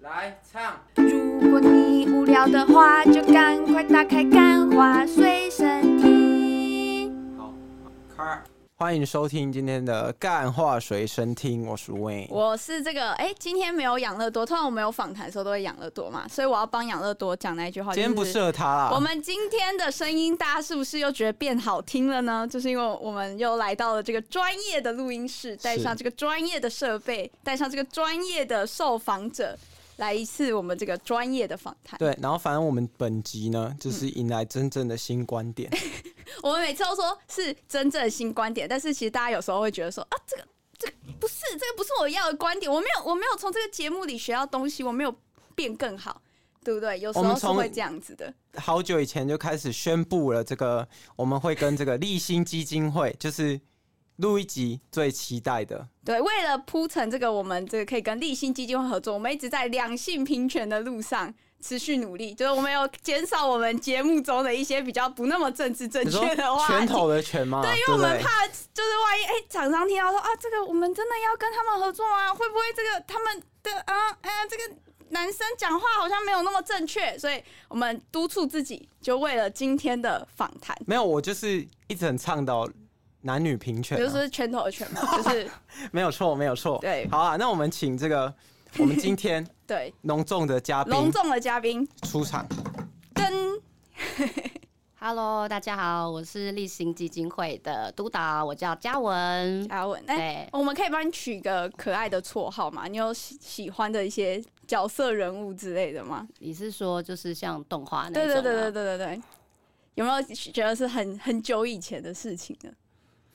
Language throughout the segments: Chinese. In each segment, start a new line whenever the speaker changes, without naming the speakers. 来唱。
如果你无聊的话，就赶快打开《干花随身听》。
好，开。
欢迎收听今天的《干话随身听》，我是 Wayne。
我是这个，哎、今天没有养乐多，通常我们有访谈的时候都会养乐多嘛，所以我要帮养乐多讲那一句话。
今天不
就是
适合他啦，
我们今天的声音，大家是不是又觉得变好听了呢？就是因为我们又来到了这个专业的录音室，带上这个专业的设备，带上这个专业的受访者，来一次我们这个专业的访谈。
对，然后反正我们本集呢，
嗯
就是迎来真正的新观点。
我们每次都说是真正的新观点，但是其实大家有时候会觉得说啊，这个这个不是，这个不是我要的观点，我没有我没有从这个节目里学到东西，我没有变更好，对不对？有时
我
候
们
是
从
会这样子的，
好久以前就开始宣布了，这个我们会跟这个立新基金会，就是录一集最期待的，
对。为了铺陈这个，我们这个可以跟立新基金会合作，我们一直在两性平权的路上。持续努力，就是我们有减少我们节目中的一些比较不那么政治正
你说
确的话题，
拳头的拳吗？对，
因为我们怕就是万一哎、厂商听到说啊，这个我们真的要跟他们合作吗？会不会这个他们的啊哎、呀这个男生讲话好像没有那么正确，所以我们督促自己，就为了今天的访 谈，
没有，我就是一直很倡导男女平
比
权、
如
啊，
说拳头的拳嘛，就是
没有错，没有错。
对
好啊，那我们请这个我们今天
对
隆重的嘉
隆
宾
重的嘉宾
出场。
跟
Hello，大家好，我是立行基金会的督导，我叫嘉文。
阿文，哎、
对，
我们可以帮你取一个可爱的绰号嘛？你有喜喜欢的一些角色人物之类的吗？
你是说就是像动画那
对
种？
啊
对对对。对对对，有没有觉得是很很久以前的事情呢？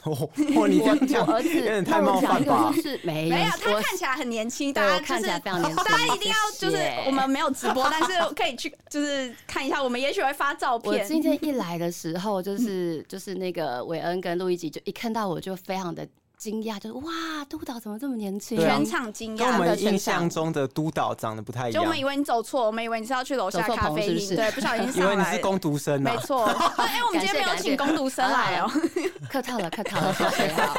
哦，哇你这样
我
讲
我 儿子
有点太
那
冒
我
犯
讲一
吧
个，就是没有
没有，他
我
看起来很年轻，大
对
家
我
就是
看起来非常年轻，
大家一定要就是
谢谢
我们没有直 播，但是可以去就是看一下，我们也许会发照
我
片。
今天一来的时候，就是就是那个韦恩跟路易吉，就一看到我就非常的惊讶，就是哇，督导怎么这么年轻？
对啊
全场惊
跟我
讶，
们啊印象中的督导长得不太一
就我
样
们，以为你走错，我们以为你是要去楼下
走错
咖
棚
啡
是不
厅，
是
对，不小 心
以为
上
你
来
是
了。
工读生
没
啊。
错，哎，我们今天没有请工读生来哦，
啊 客套了，客套了，谢谢好。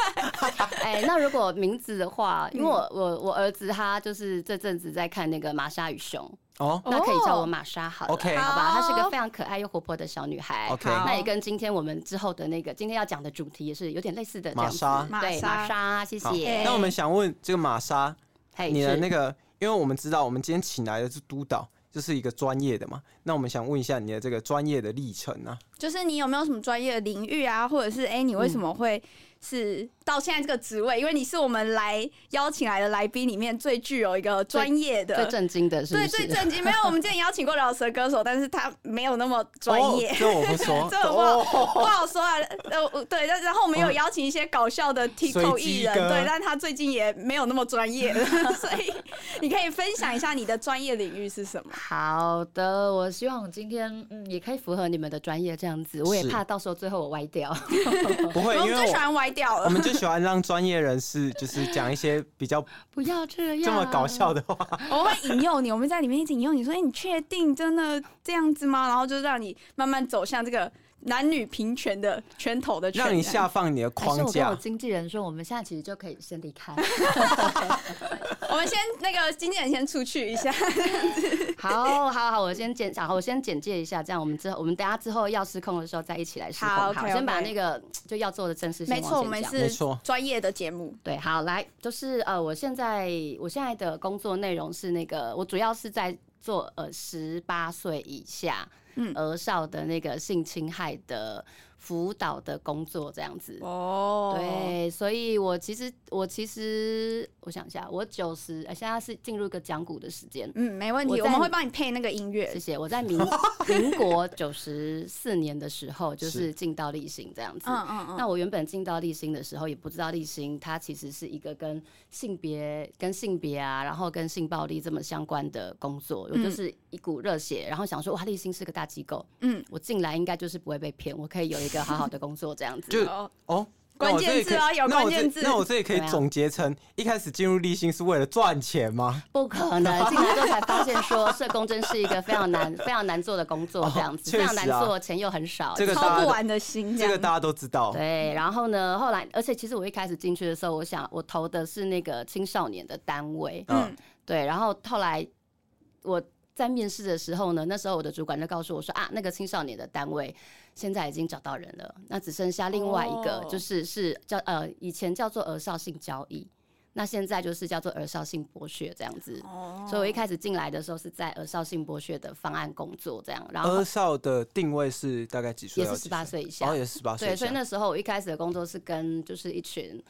哎、那如果名字的话，因为我我我儿子他就是这阵子在看那个《玛莎与熊》，
哦
那可以叫我玛莎好了
OK
好吧？她是
好
个非常可爱又活泼的小女孩。
，OK，
好
那也跟今天我们之后的那个今天要讲的主题也是有点类似的这样子，
玛
莎
对，
玛莎
玛莎，谢
好
谢。
那我们想问这个玛莎，
哎
嘿
你的
是
那个，因为我们知道我们今天请来的是督导，就是一个专业的嘛。那我们想问一下你的这个专业的历程啊。
就是你有没有什么专业的领域啊，或者是哎、你为什么会是到现在这个职位？因为你是我们来邀请来的来宾里面最具有一个专业的
最震惊的是不
对，
是？
最震惊。没 有，我们之前邀请过饶舌歌手，但是他没有那么专业。
哦，，这我不说 哦
这我不好不好说啊。呃，我对，但然后我们有邀请一些搞笑的 TikTok
随机
艺人，
歌
对，但他最近也没有那么 专业了，所以你可以分享一下你的专业领域是什么？
好的，我希望我今天嗯也可以符合你们的专业这样子，我也
是
怕到时候最后我歪掉。
不会，
我
因
们
为
最喜
我
欢歪掉
我
了。
们就喜欢让专业人士就是讲一些比较
不要这样，
这么搞笑的 话。
我会引诱你，我们在里面一直引诱你说：“哎、你确定真的这样子吗？”然后就让你慢慢走向这个男女平权的拳头的圈，
让你下放你的
还是
框
我跟我
架。
经纪人说，我们现在其实就可以先离开。
我们先那个经纪人先出去一下，
好好好，我先简，好，我先简介一下，这样我们之后，我们等下之后要失控的时候再一起来失控。
好，OK，OK
先把那个就要做的正事先
没错，我
往前
们
讲。
没
是
错
专业的节目。
对，好，来，就是呃，我现在我现在的工作内容是那个，我主要是在做呃十八岁以下
嗯
儿少的那个性侵害的辅导的工作这样子。
哦，
对，所以我其实我其实我想一下，我九十、呃，现在是进入一个讲古的时间，
嗯，没问题，
我
我
在
们会帮你配那个音乐
谢。谢。我在民民国九十四年的时候，就是
是
进到立新这样子。
嗯嗯嗯，
那我原本进到立新的时候，也不知道立新它其实是一个跟性别、跟性别啊，然后跟性暴力这么相关的工作。我
嗯
就是一股热血，然后想说哇，立新是个大机构，
嗯，
我进来应该就是不会被骗，我可以有一个好好的工作这样子。
就
哦，
哦，
关键字哦有
那我
关
这
键字
那我这里可以
对啊
总结成：一开始进入立新是为了赚钱吗？
不可能，进来之后才发现说，社工真是一个非常难、非常难做的工作，这样
哦
子、
确
非
实啊
常难做，钱又很少。
这个大
掏
家
不
都
完的心，
这个
样
大家都知
哦
道。
对，然后呢，后来，而且其实我一开始进去的时候，我想我投的是那个青少年的单位，
嗯
嗯，
对，然后后来我在面试的时候呢，那时候我的主管就告诉我说啊，那个青少年的单位现在已经找到人了，那只剩下另外一个
哦
就是、是叫呃以前叫做儿少性交易，那现在就是叫做儿少性剥削这样子。
啊
哦
所以我一开始进来的时候是在儿少性剥削的方案工作，这样，然后
儿少的定位是大概几岁
也
到
是
几？
十八岁以下，
哦，也是十八岁
对，
以下。
所以那时候我一开始的工作是跟就是一群，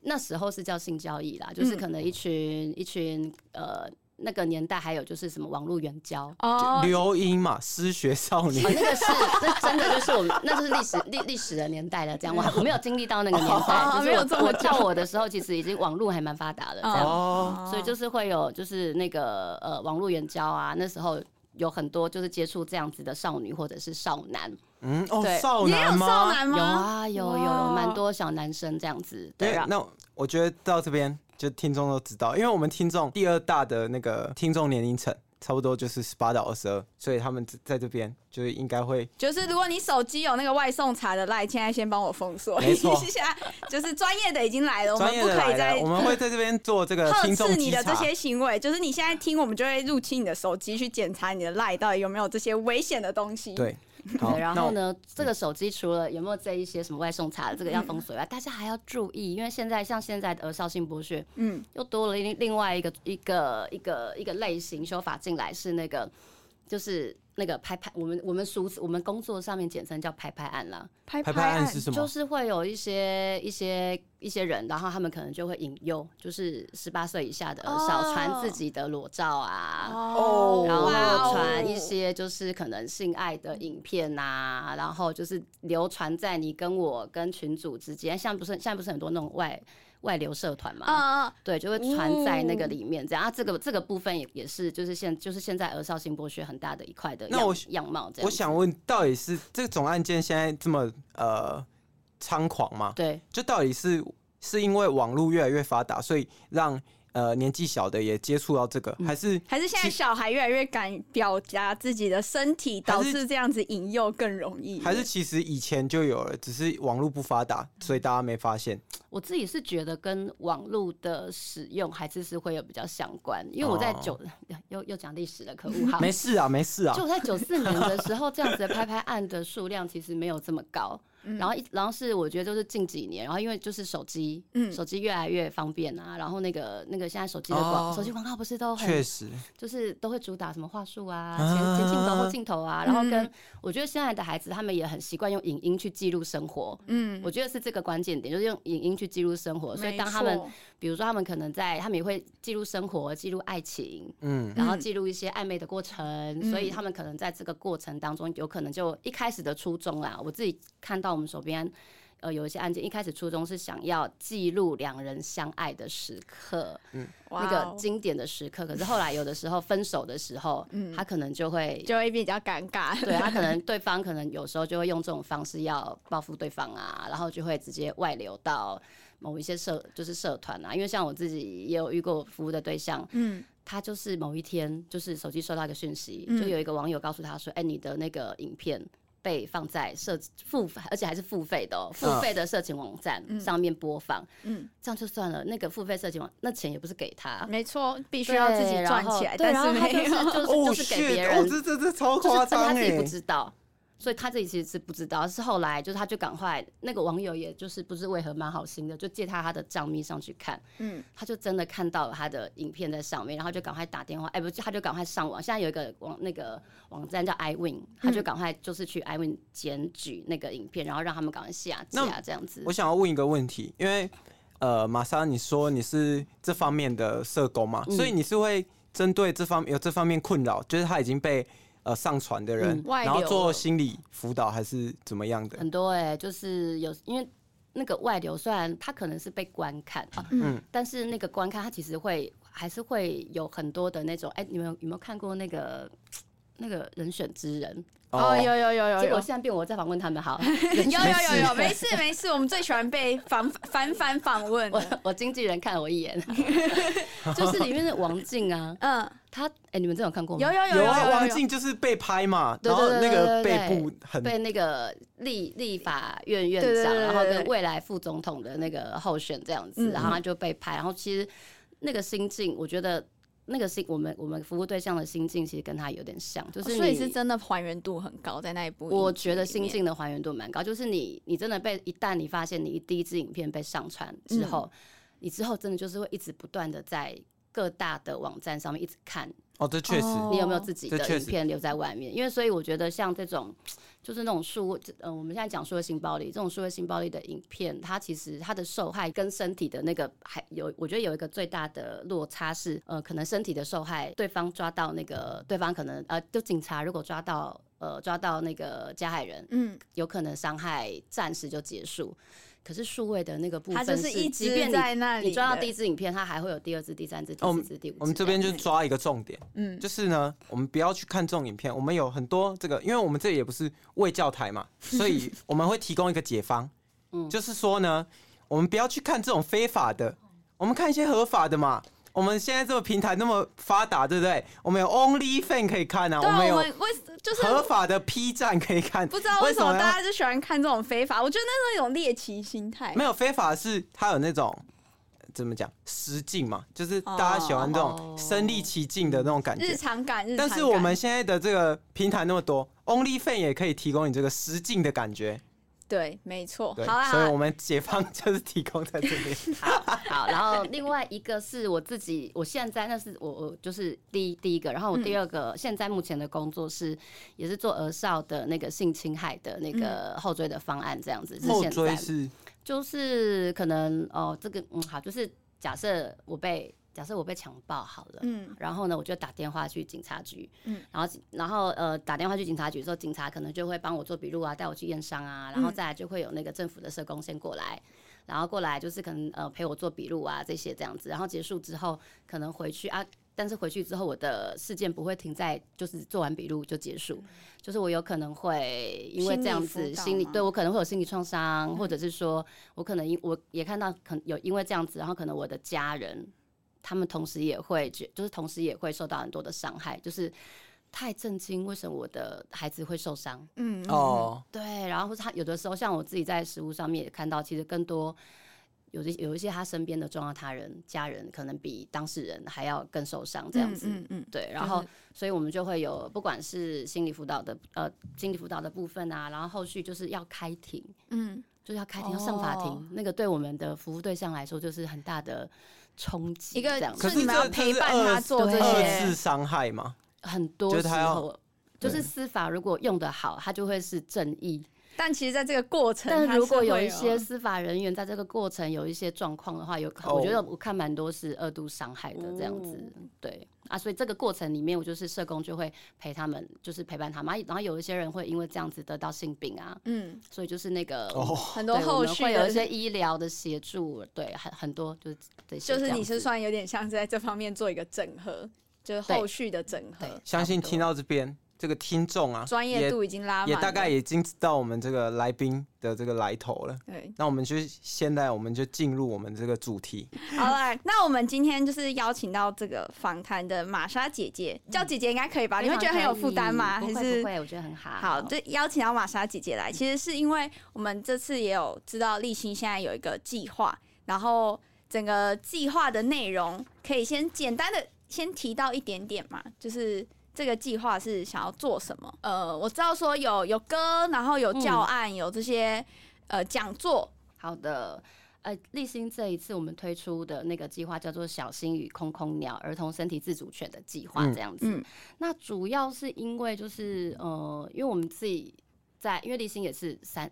那时候是叫性交易啦，就是
嗯
可能一群、一群呃那个年代还有就是什么网络援 交。
哦，
留音嘛，失学少
哦、
年。
那个是，那真的就是我们，那就是历史历历史的年代了。这样，我还我没有经历到那个年代，
哦
就是
没有这
我
么
我
久
叫我的时候，其实已经网络还蛮发达的，这样。
哦，
所以就是会有就是那个呃网络援交啊，那时候有很多就是接触这样子的少女或者是少男，
嗯，哦
对，
少
也有
男
少
吗？
男
有
吗？
啊有有有蛮
哇
多小男生这样子，对
对
啊，，
那我觉得到这边就听众都知道，因为我们听众第二大的那个听众年龄层。差不多就是十八到二十二，所以他们在这边就是应该会
就是如果你手机有那个外送茶的赖，现在先帮我封锁
没
一
错
下。就是专业的已经来了，我们
专业
不
的
可以
来了，
再
我们会在这边做这个
呵
听众
斥你
稽
的这
查。
些行为。就是你现在听，我们就会入侵你的手机去检查你的赖到底有没有这些危险的东西。，
对，好，
对，然
那
后
我？嗯
呢，这个手机除了有没有这一些什么外送茶的这个要封锁以外，大家还要注意，因为现在像现在的儿呃少性剥削
嗯，
又多了另另外一个一个一个一个类型修法进来，是那个就是那个拍拍，我们我们俗我们工作上面简称叫拍拍案啦，
拍
拍拍案是什么？
就是会有一些一些一些人，然后他们可能就会引诱，就是十八岁以下的儿少
哦
传自己的裸照啊。
哦
然后
哇哦
传一些就是可能性爱的影片呐、然后就是流传在你跟我跟群主之间，像不是现在不是很多那种外外流社团嘛，
嗯嗯
对，就会传在那个里面这样。啊，这个这个部分也也是就是现就是现在儿少性剥削很大的一块的
那
样
我
样貌这样子。
我想问，到底是这种案件现在这么呃猖狂吗？
对，
就到底是是因为网络越来越发达，所以让呃年纪小的也接触到这个，
嗯
还是
还是现在小孩越来越敢表达自己的身体，导致这样子引诱更容易。
还是其实以前就有了，只是网络不发达，所以大家没发现。
我自己是觉得跟网络的使用还是是会有比较相关，因为我在
哦
九、又又讲历史了，可恶哈。
没事啊，没事啊
就。我在九四年的时候，这样子的拍拍案的数量其实没有这么高。
嗯
然后一，然后是我觉得就是近几年，然后因为就是手机，
嗯
手机越来越方便啊，然后那个那个现在手机的广、
哦
手机广告不是都
确
很
实，
就是都会主打什么话术啊，
啊
前前镜头后镜头啊，然后跟、
嗯
我觉得现在的孩子他们也很习惯用影音去记录生活，
嗯，
我觉得是这个关键点，就是用影音去记录生活，所以当他们
没错
比如说他们可能在他们也会记录生活、记录爱情，
嗯，
然后
嗯
记录一些暧昧的过程，所以他们可能在这个过程当中，有可能就一开始的初衷啦。我自己看到我们手边，呃，有一些案件，一开始初衷是想要记录两人相爱的时刻，
哇
那
哦
个经典的时刻。可是后来有的时候分手的时候，他可能就会。
嗯就会比较尴尬。
对他可 能对方可能有时候就会用这种方式要报复对方啊，然后就会直接外流到某一些社就是社团啊，因为像我自己也有遇过服务的对象，
嗯，
他就是某一天，就是手机收到一个讯息，
嗯
就有一个网友告诉他说：“哎、你的那个影片被放在社付，而且还是付费的哦，付费的色情网站上面播放。”
嗯，
这样就算了。那个付费色情网，那钱也不是给他，
没错，必须要自己
对
赚起来，
然
但
后
是
对然后
没有。
他就是就是
哦
就是给别
shit，
人，
哦，这这这超
就是
夸
但他
张
自己
哎
不！
欸
知道。所以他自己其实是不知道，是后来就是他就赶快那个网友，也就是不知为何蛮好心的，就借他他的账密上去看，
嗯，
他就真的看到了他的影片在上面，然后就赶快打电话，哎、不，他就赶快上网。现在有一个网那个网站叫
嗯
iWin，他就赶快就是去 iWin 检举那个影片，然后让他们赶快下架
那
这样子
我。想要问一个问题，因为呃，玛莎，你说你是这方面的社工嘛，
嗯
所以你是会针对这方有这方面困扰，就是他已经被呃上传的人
嗯，
外
然后
流
做
了
心理辅导还是怎么样的？
很多哎、就是有因为那个外流，虽然他可能是被观看啊，
嗯
但是那个观看他其实会还是会有很多的那种，哎、你们有有没有看过那个那个人选之人？
哦，有有有有
结果
有。
现在变我在访问他 们，好，
有
人选之
有有有，没事 没事，我们最喜欢被反反反访问了。
我我 经纪人看了我一眼， 就是里面的王静啊，
嗯，
她哎、你们真的有看过吗？
有有有
有啊，
有
王
有，
静就是被拍嘛，
对
然后
对
那
对
个
对对
背部很
被那个立立法院院
对对
长，
对对
然后
对
跟
对
未来副总统的那个候选这样子，
嗯
然后他就被拍，然后其实那个心境，我觉得那个心，我们我们服务对象的心境其实跟他有点像，就是
哦所以
你
是真的还原度很高，在那一部，
我觉得心。境的还原度蛮高，就是你你真的被一旦你发现你第一支影片被上传
嗯
之后，你之后真的就是会一直不断的在各大的网站上面一直看，
哦，这确实，
哦
你有没有自己
这
的
确
影
实
片留在外面？因为所以我觉得像这种就是那种数位，呃，我们现在讲数位性暴力，这种数位性暴力的影片，它其实它的受害跟身体的那个还有，我觉得有一个最大的落差是，呃，可能身体的受害，对方抓到那个对方可能呃，就警察如果抓到呃抓到那个加害人，
嗯，
有可能伤害暂时就结束，可是数位的那个部
他
分
就是一
即
直
便你
在那里的。
你抓到第一支影片，它还会有第二支、第三支、
哦
第四支、第五支样。
我们这边就抓一个重点，
嗯，
就是呢，我们不要去看这种影片。我们有很多这个，因为我们这里也不是卫教台嘛，所 以我们会提供一个解方。
嗯
就是说呢，我们不要去看这种非法的，我们看一些合法的嘛。我们现在这个平台那么发达，对不对？我们有 OnlyFan 可以看啊，
对啊，
们
我
有
们为就是
合法的 P 站可以看。
不知道为什么
要
大家就喜欢看这种非法，我觉得那是一种猎奇心态
没。有非法是它有那种呃怎么讲实境嘛，就是大家喜欢这
哦
种身临其境的那种感觉
日。常感，日常
但
感。
是我们现在的这个平台那么多，OnlyFan 也可以提供你这个实境的感觉，
对，没错。
对，
好啊啦，
所以我们解放就是提供在这 边。
好，然后另外一个是我自己，我现在那是我我就是第一第一个，然后我第二个、现在目前的工作是也是做儿少的那个性侵害的那个后追的方案这样子，是
后
现
追
在
是
就是可能哦这个嗯好，就是假设我被假设我被强暴好了，
嗯
然后呢，我就打电话去警察局，
嗯
然后然后呃打电话去警察局之后，警察可能就会帮我做笔录啊，带我去验伤啊，然后
嗯
再来就会有那个政府的社工先过来，然后过来就是可能呃陪我做笔录啊这些这样子，然后结束之后可能回去啊。但是回去之后，我的事件不会停在就是做完笔录就结束，就是我有可能会因
嗯
为
心
这
理
样
辅
子
导
心理
吗嗯
对我可能会有心理创伤，或者是说我可能因我也看到可能有因为这样子，然后可能我的家人他们同时也会觉，就是同时也会受到很多的伤害，就是太震惊，为什么我的孩子会受伤？
嗯，嗯
哦，
对，然后或是他有的时候，像我自己在食物上面也看到，其实更多有的有一些他身边的重要他人、家人，可能比当事人还要更受伤这样子。
嗯嗯嗯
对，然
就
后
是
所以我们就会有不管是心理辅导的呃心理辅导的部分啊，然后后续就是要开庭，
嗯，
就是要开庭要上法庭，
哦
那个对我们的服务对象来说就是很大的冲击，
一个
这样子
可
是
是
你们要
这
陪
这是
伴
二
他做嗯这
对
二
些
次，伤害嘛，
很多
就是
时
他要
候。就是
对
司法如果用得好，它就会是正义。
但其实在这个过程，
但
他
如果
是
有
会哦
一些司法人员在这个过程有一些状况的话，有、
哦
我觉得我看蛮多是二度伤害的这样子，
哦
对啊，所以这个过程里面，我就是社工就会陪他们，就是陪伴他们，啊然后有一些人会因为这样子得到性病啊，
嗯
所以就是那个
哦，
很
对
多
我
后
们
续
会
的
有一些医疗的协助，对，很很多就是这些
就是
这样
你是
子
算有点像是在这方面做一个整合，就是后续的整
对
合，，
相信
差不多
听到这边这个听众啊，
专业度已经拉满
也
了，
也大概已经知道我们这个来宾的这个来头了。
对。
那我们就现在我们就进入我们这个主题，
好了，那我们今天就是邀请到这个访谈的玛莎姐姐，叫姐姐应该可以吧？你会觉得很有负担吗？
不
还
会
是
不会，我觉得很好。
好，就邀请到玛莎姐姐来，其实是因为我们这次也有知道立新现在有一个计划，然后整个计划的内容可以先简单的先提到一点点嘛，就是这个计划是想要做什么？嗯呃，我知道说有有歌，然后有教案，有这些呃讲座，
好的，呃，立新这一次我们推出的那个计划叫做“小心与空空鸟儿童身体自主权”的计划，
嗯
这样子。
嗯
那主要是因为就是呃，因为我们自己在，因为立新也是三，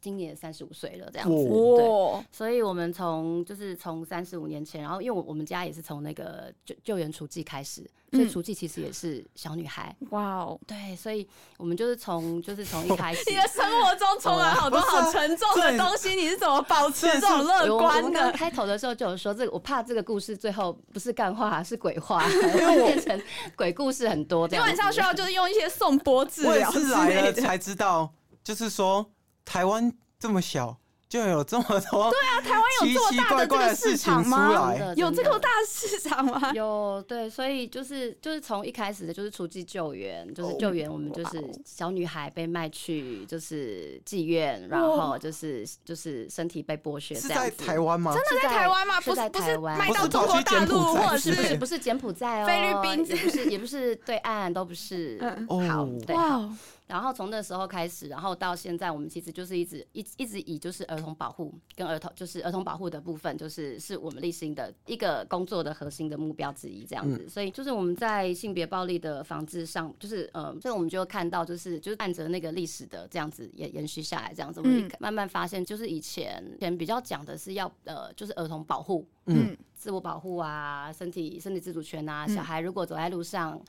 今年三十五岁了，这样子。
哇
对。
哦，
所以我们从就是从三十五年前，然后因为我我们家也是从那个救救援厨技开始，所以
嗯
厨技其实也是小女孩，
哇哦，
对，所以我们就是从就是从一开始
你的生活中充满好多好沉重
哦不是啊
的东西，你是怎么保持这种 乐
有我
观
们刚刚
的？
开头的时候就有说，这个我怕这个故事最后不是干话，是 鬼话，会变成鬼故事很多这
你
样子。
晚上需要就是用一些颂钵治
我也
疗之
是来
类
了
的。
才知道，就是说台湾这么小，就有这么多对啊，台
湾有
奇
这么
奇
大的
怪
这个
怪的
市
事情
场
出
吗
真
来
的，
有这
真
个
的
大市场吗？
有对，所以就是就是从一开始的就是出击救援，就是
哦
救援我们就是
哇哦
小女孩被卖去就是妓院，然
哇
后就是就是身体被剥削
是
这
在
样子。
台湾吗？
是
在台湾吗？
是
不
在
不
台
是
湾，
卖
不
到
是
中
跑
国
去
大
柬埔
陆，
寨
或者
之
不是
类
是
不是柬埔寨哦，
菲律宾
也不是也不是对岸，都不是。
嗯
哦
好，对。
哇哦，
然后从那时候开始，然后到现在，我们其实就是一直一一直以就是儿童保护跟儿童就是儿童保护的部分，就是是我们立新的一个工作的核心的目标之一，这样子。
嗯
所以就是我们在性别暴力的防治上，就是呃，所以我们就看到就是就是按着那个历史的这样子延延续下来，这样子，我们
嗯
一慢慢发现，就是以前以前比较讲的是要呃，就是儿童保护，
嗯
嗯，
自我保护啊，身体身体自主权啊，
嗯
小孩如果走在路上。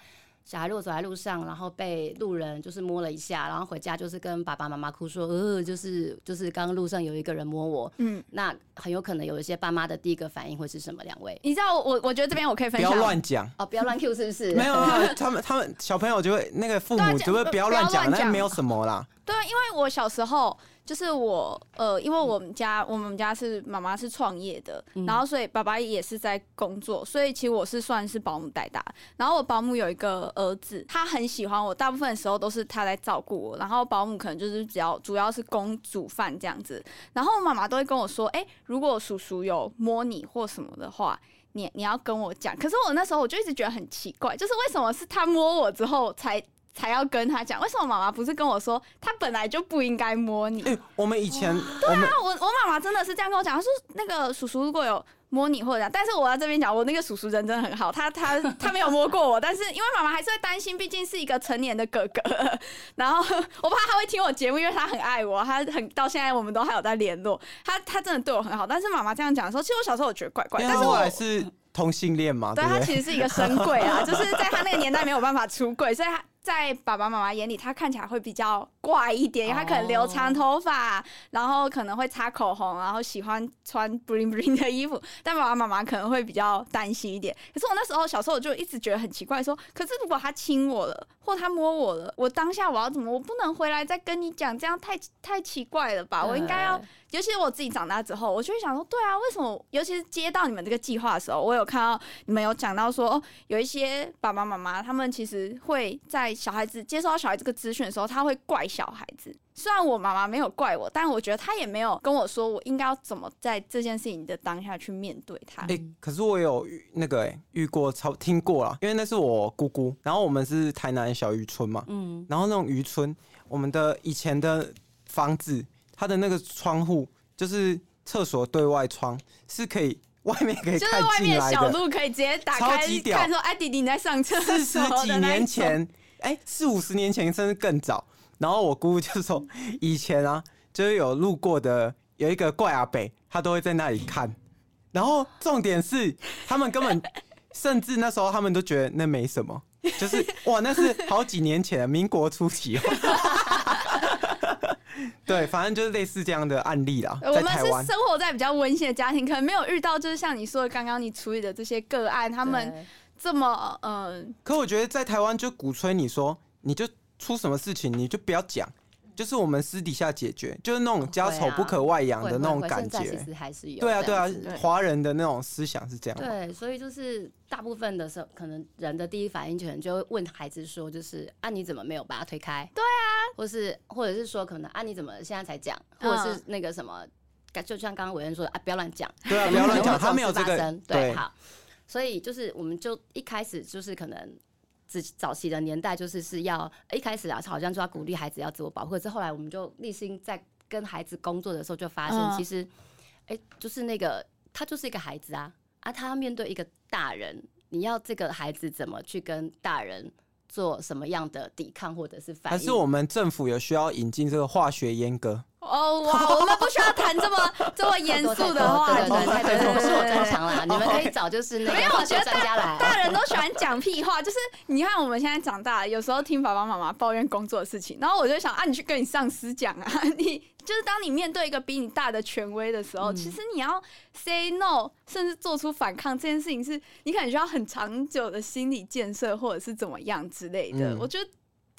小孩如果走在路上，然后被路人就是摸了一下，然后回家就是跟爸爸妈妈哭说，呃，就是就是刚刚路上有一个人摸我，
嗯，
那很有可能有一些爸妈的第一个反应会是什么？两位
你知道我我我觉得这边我可以分
不要
享，
乱讲。
哦，不要乱 Q 是不是？
没有没有，他们他们小朋友就会那个父
对啊
母
这
就会
不
不要
不
乱
要
讲，
乱
那
讲
没有什么啦。
对，啊因为我小时候就是我呃，因为我们家我们家是妈妈是创业的，
嗯
然后所以爸爸也是在工作，所以其实我是算是保姆带大。然后我保姆有一个儿子，他很喜欢我，大部分的时候都是他在照顾我。然后保姆可能就是比较主要是供煮饭这样子。然后妈妈都会跟我说，哎、如果叔叔有摸你或什么的话。你你要跟我讲，可是我那时候我就一直觉得很奇怪，就是为什么是他摸我之后才才要跟他讲，为什么妈妈不是跟我说，她本来就不应该摸你？
哎，我们以
哦
前我们
那我我妈妈真的是这样跟我讲，她说那个叔叔如果有摸你或者这样，但是我在这边讲，我那个叔叔人真的很好，他他他没有摸过我，但是因为妈妈还是会担心，毕竟是一个成年的哥哥， 然后我怕他会听我节目，因为他很爱我，他很到现在我们都还有在联络，他他真的对我很好，但是妈妈这样讲的时候，其实我小时候我觉得怪怪，
因为
但
他
是
后
我
来是同性恋嘛，
对啊
不
他
对？
其实是一个深柜 啊，就是在他那个年代没有办法出柜，所以他在爸爸妈妈眼里，他看起来会比较怪一点，因为他可能留长头发，然后可能会擦口红，然后喜欢穿 bling bling 的衣服，但爸爸妈妈可能会比较担心一点。可是我那时候小时候我就一直觉得很奇怪，说，可是如果他亲我了，或他摸我了，我当下我要怎么？我不能回来再跟你讲，这样太太奇怪了啊吧？我应该要
对
尤其是我自己长大之后，我就会想说，对啊，为什么？尤其是接到你们这个计划的时候，我有看到你们有讲到说，哦，有一些爸爸妈妈他们其实会在小孩子接收到小孩这个资讯的时候，他会怪小孩子。虽然我妈妈没有怪我，但我觉得她也没有跟我说我应该要怎么在这件事情的当下去面对它。
哎、可是我有遇那个哎、遇过超听过啦，因为那是我姑姑，然后我们是台南的小渔村嘛，
嗯，
然后那种渔村，我们的以前的房子，它的那个窗户就是厕所对外窗，是可以外面可以
就是
看
外
进
面
来
小
的。
路可以直接打
超
开
级屌
看，说哎，弟弟你在上厕
四
所
十
的
几
那一
年
种
前，哎、四五十年前甚至更早。然后我姑姑就说，以前啊， 就是有路过的有一个怪阿北，他都会在那里看。然后重点是，他们根本甚至那时候他们都觉得那没什么， 就是哇，那是好几年前，民国初期哦。 对，反正就是类似这样的案例啦，
呃我
在
们
台
是
湾。
生活在比较温馨的家庭，可能没有遇到就是像你说的刚刚你处理的这些个案，他
他
们这么呃，
可我觉得在台湾就鼓吹你说，你就出什么事情你就不要讲，就是我们私底下解决，就是那种家丑不可外扬的那种感
现在其
觉。
实还是有
对啊，
这
对啊
样子，
华人的那种思想是这样。
对，所以就是大部分的时候，可能人的第一反应可能就会问孩子说，就是啊，你怎么没有把它推开？对啊，或是或者是说，可能啊，你怎么现在才讲，或者是那个什么，感就像刚刚伟恩说的啊，不要乱讲，
对啊，不
怎么
要
可
乱
能
讲，
会
他没有
种
这
事发
个
生对，
对，
好，所以就是我们就一开始就是可能。自早期的年代就是是要一开始啊，好像就要鼓励孩子要自我保护，可是后来我们就立心在跟孩子工作的时候就发现，
嗯
其实，哎、就是那个他就是一个孩子啊，啊，他要面对一个大人，你要这个孩子怎么去跟大人做什么样的抵抗或者是反
还
应？
是我们政府有需要引进这个化学阉割？
哦哇，我们不需要谈这么这么严肃的话
对
题，
对对，太 多不是我专长啦，你们可以
对
找就是那
没有
个
我
化
觉
学
得
专家来。
大人都喜欢讲屁话，就是你看我们现在长大了，有时候听爸爸妈妈抱怨工作的事情，然后我就想啊，你去跟你上司讲啊， 你就是当你面对一个比你大的权威的时候，
嗯
其实你要 say no，甚至做出反抗这件事情是，你可能需要很长久的心理建设，或者是怎么样之类的。
嗯
我觉得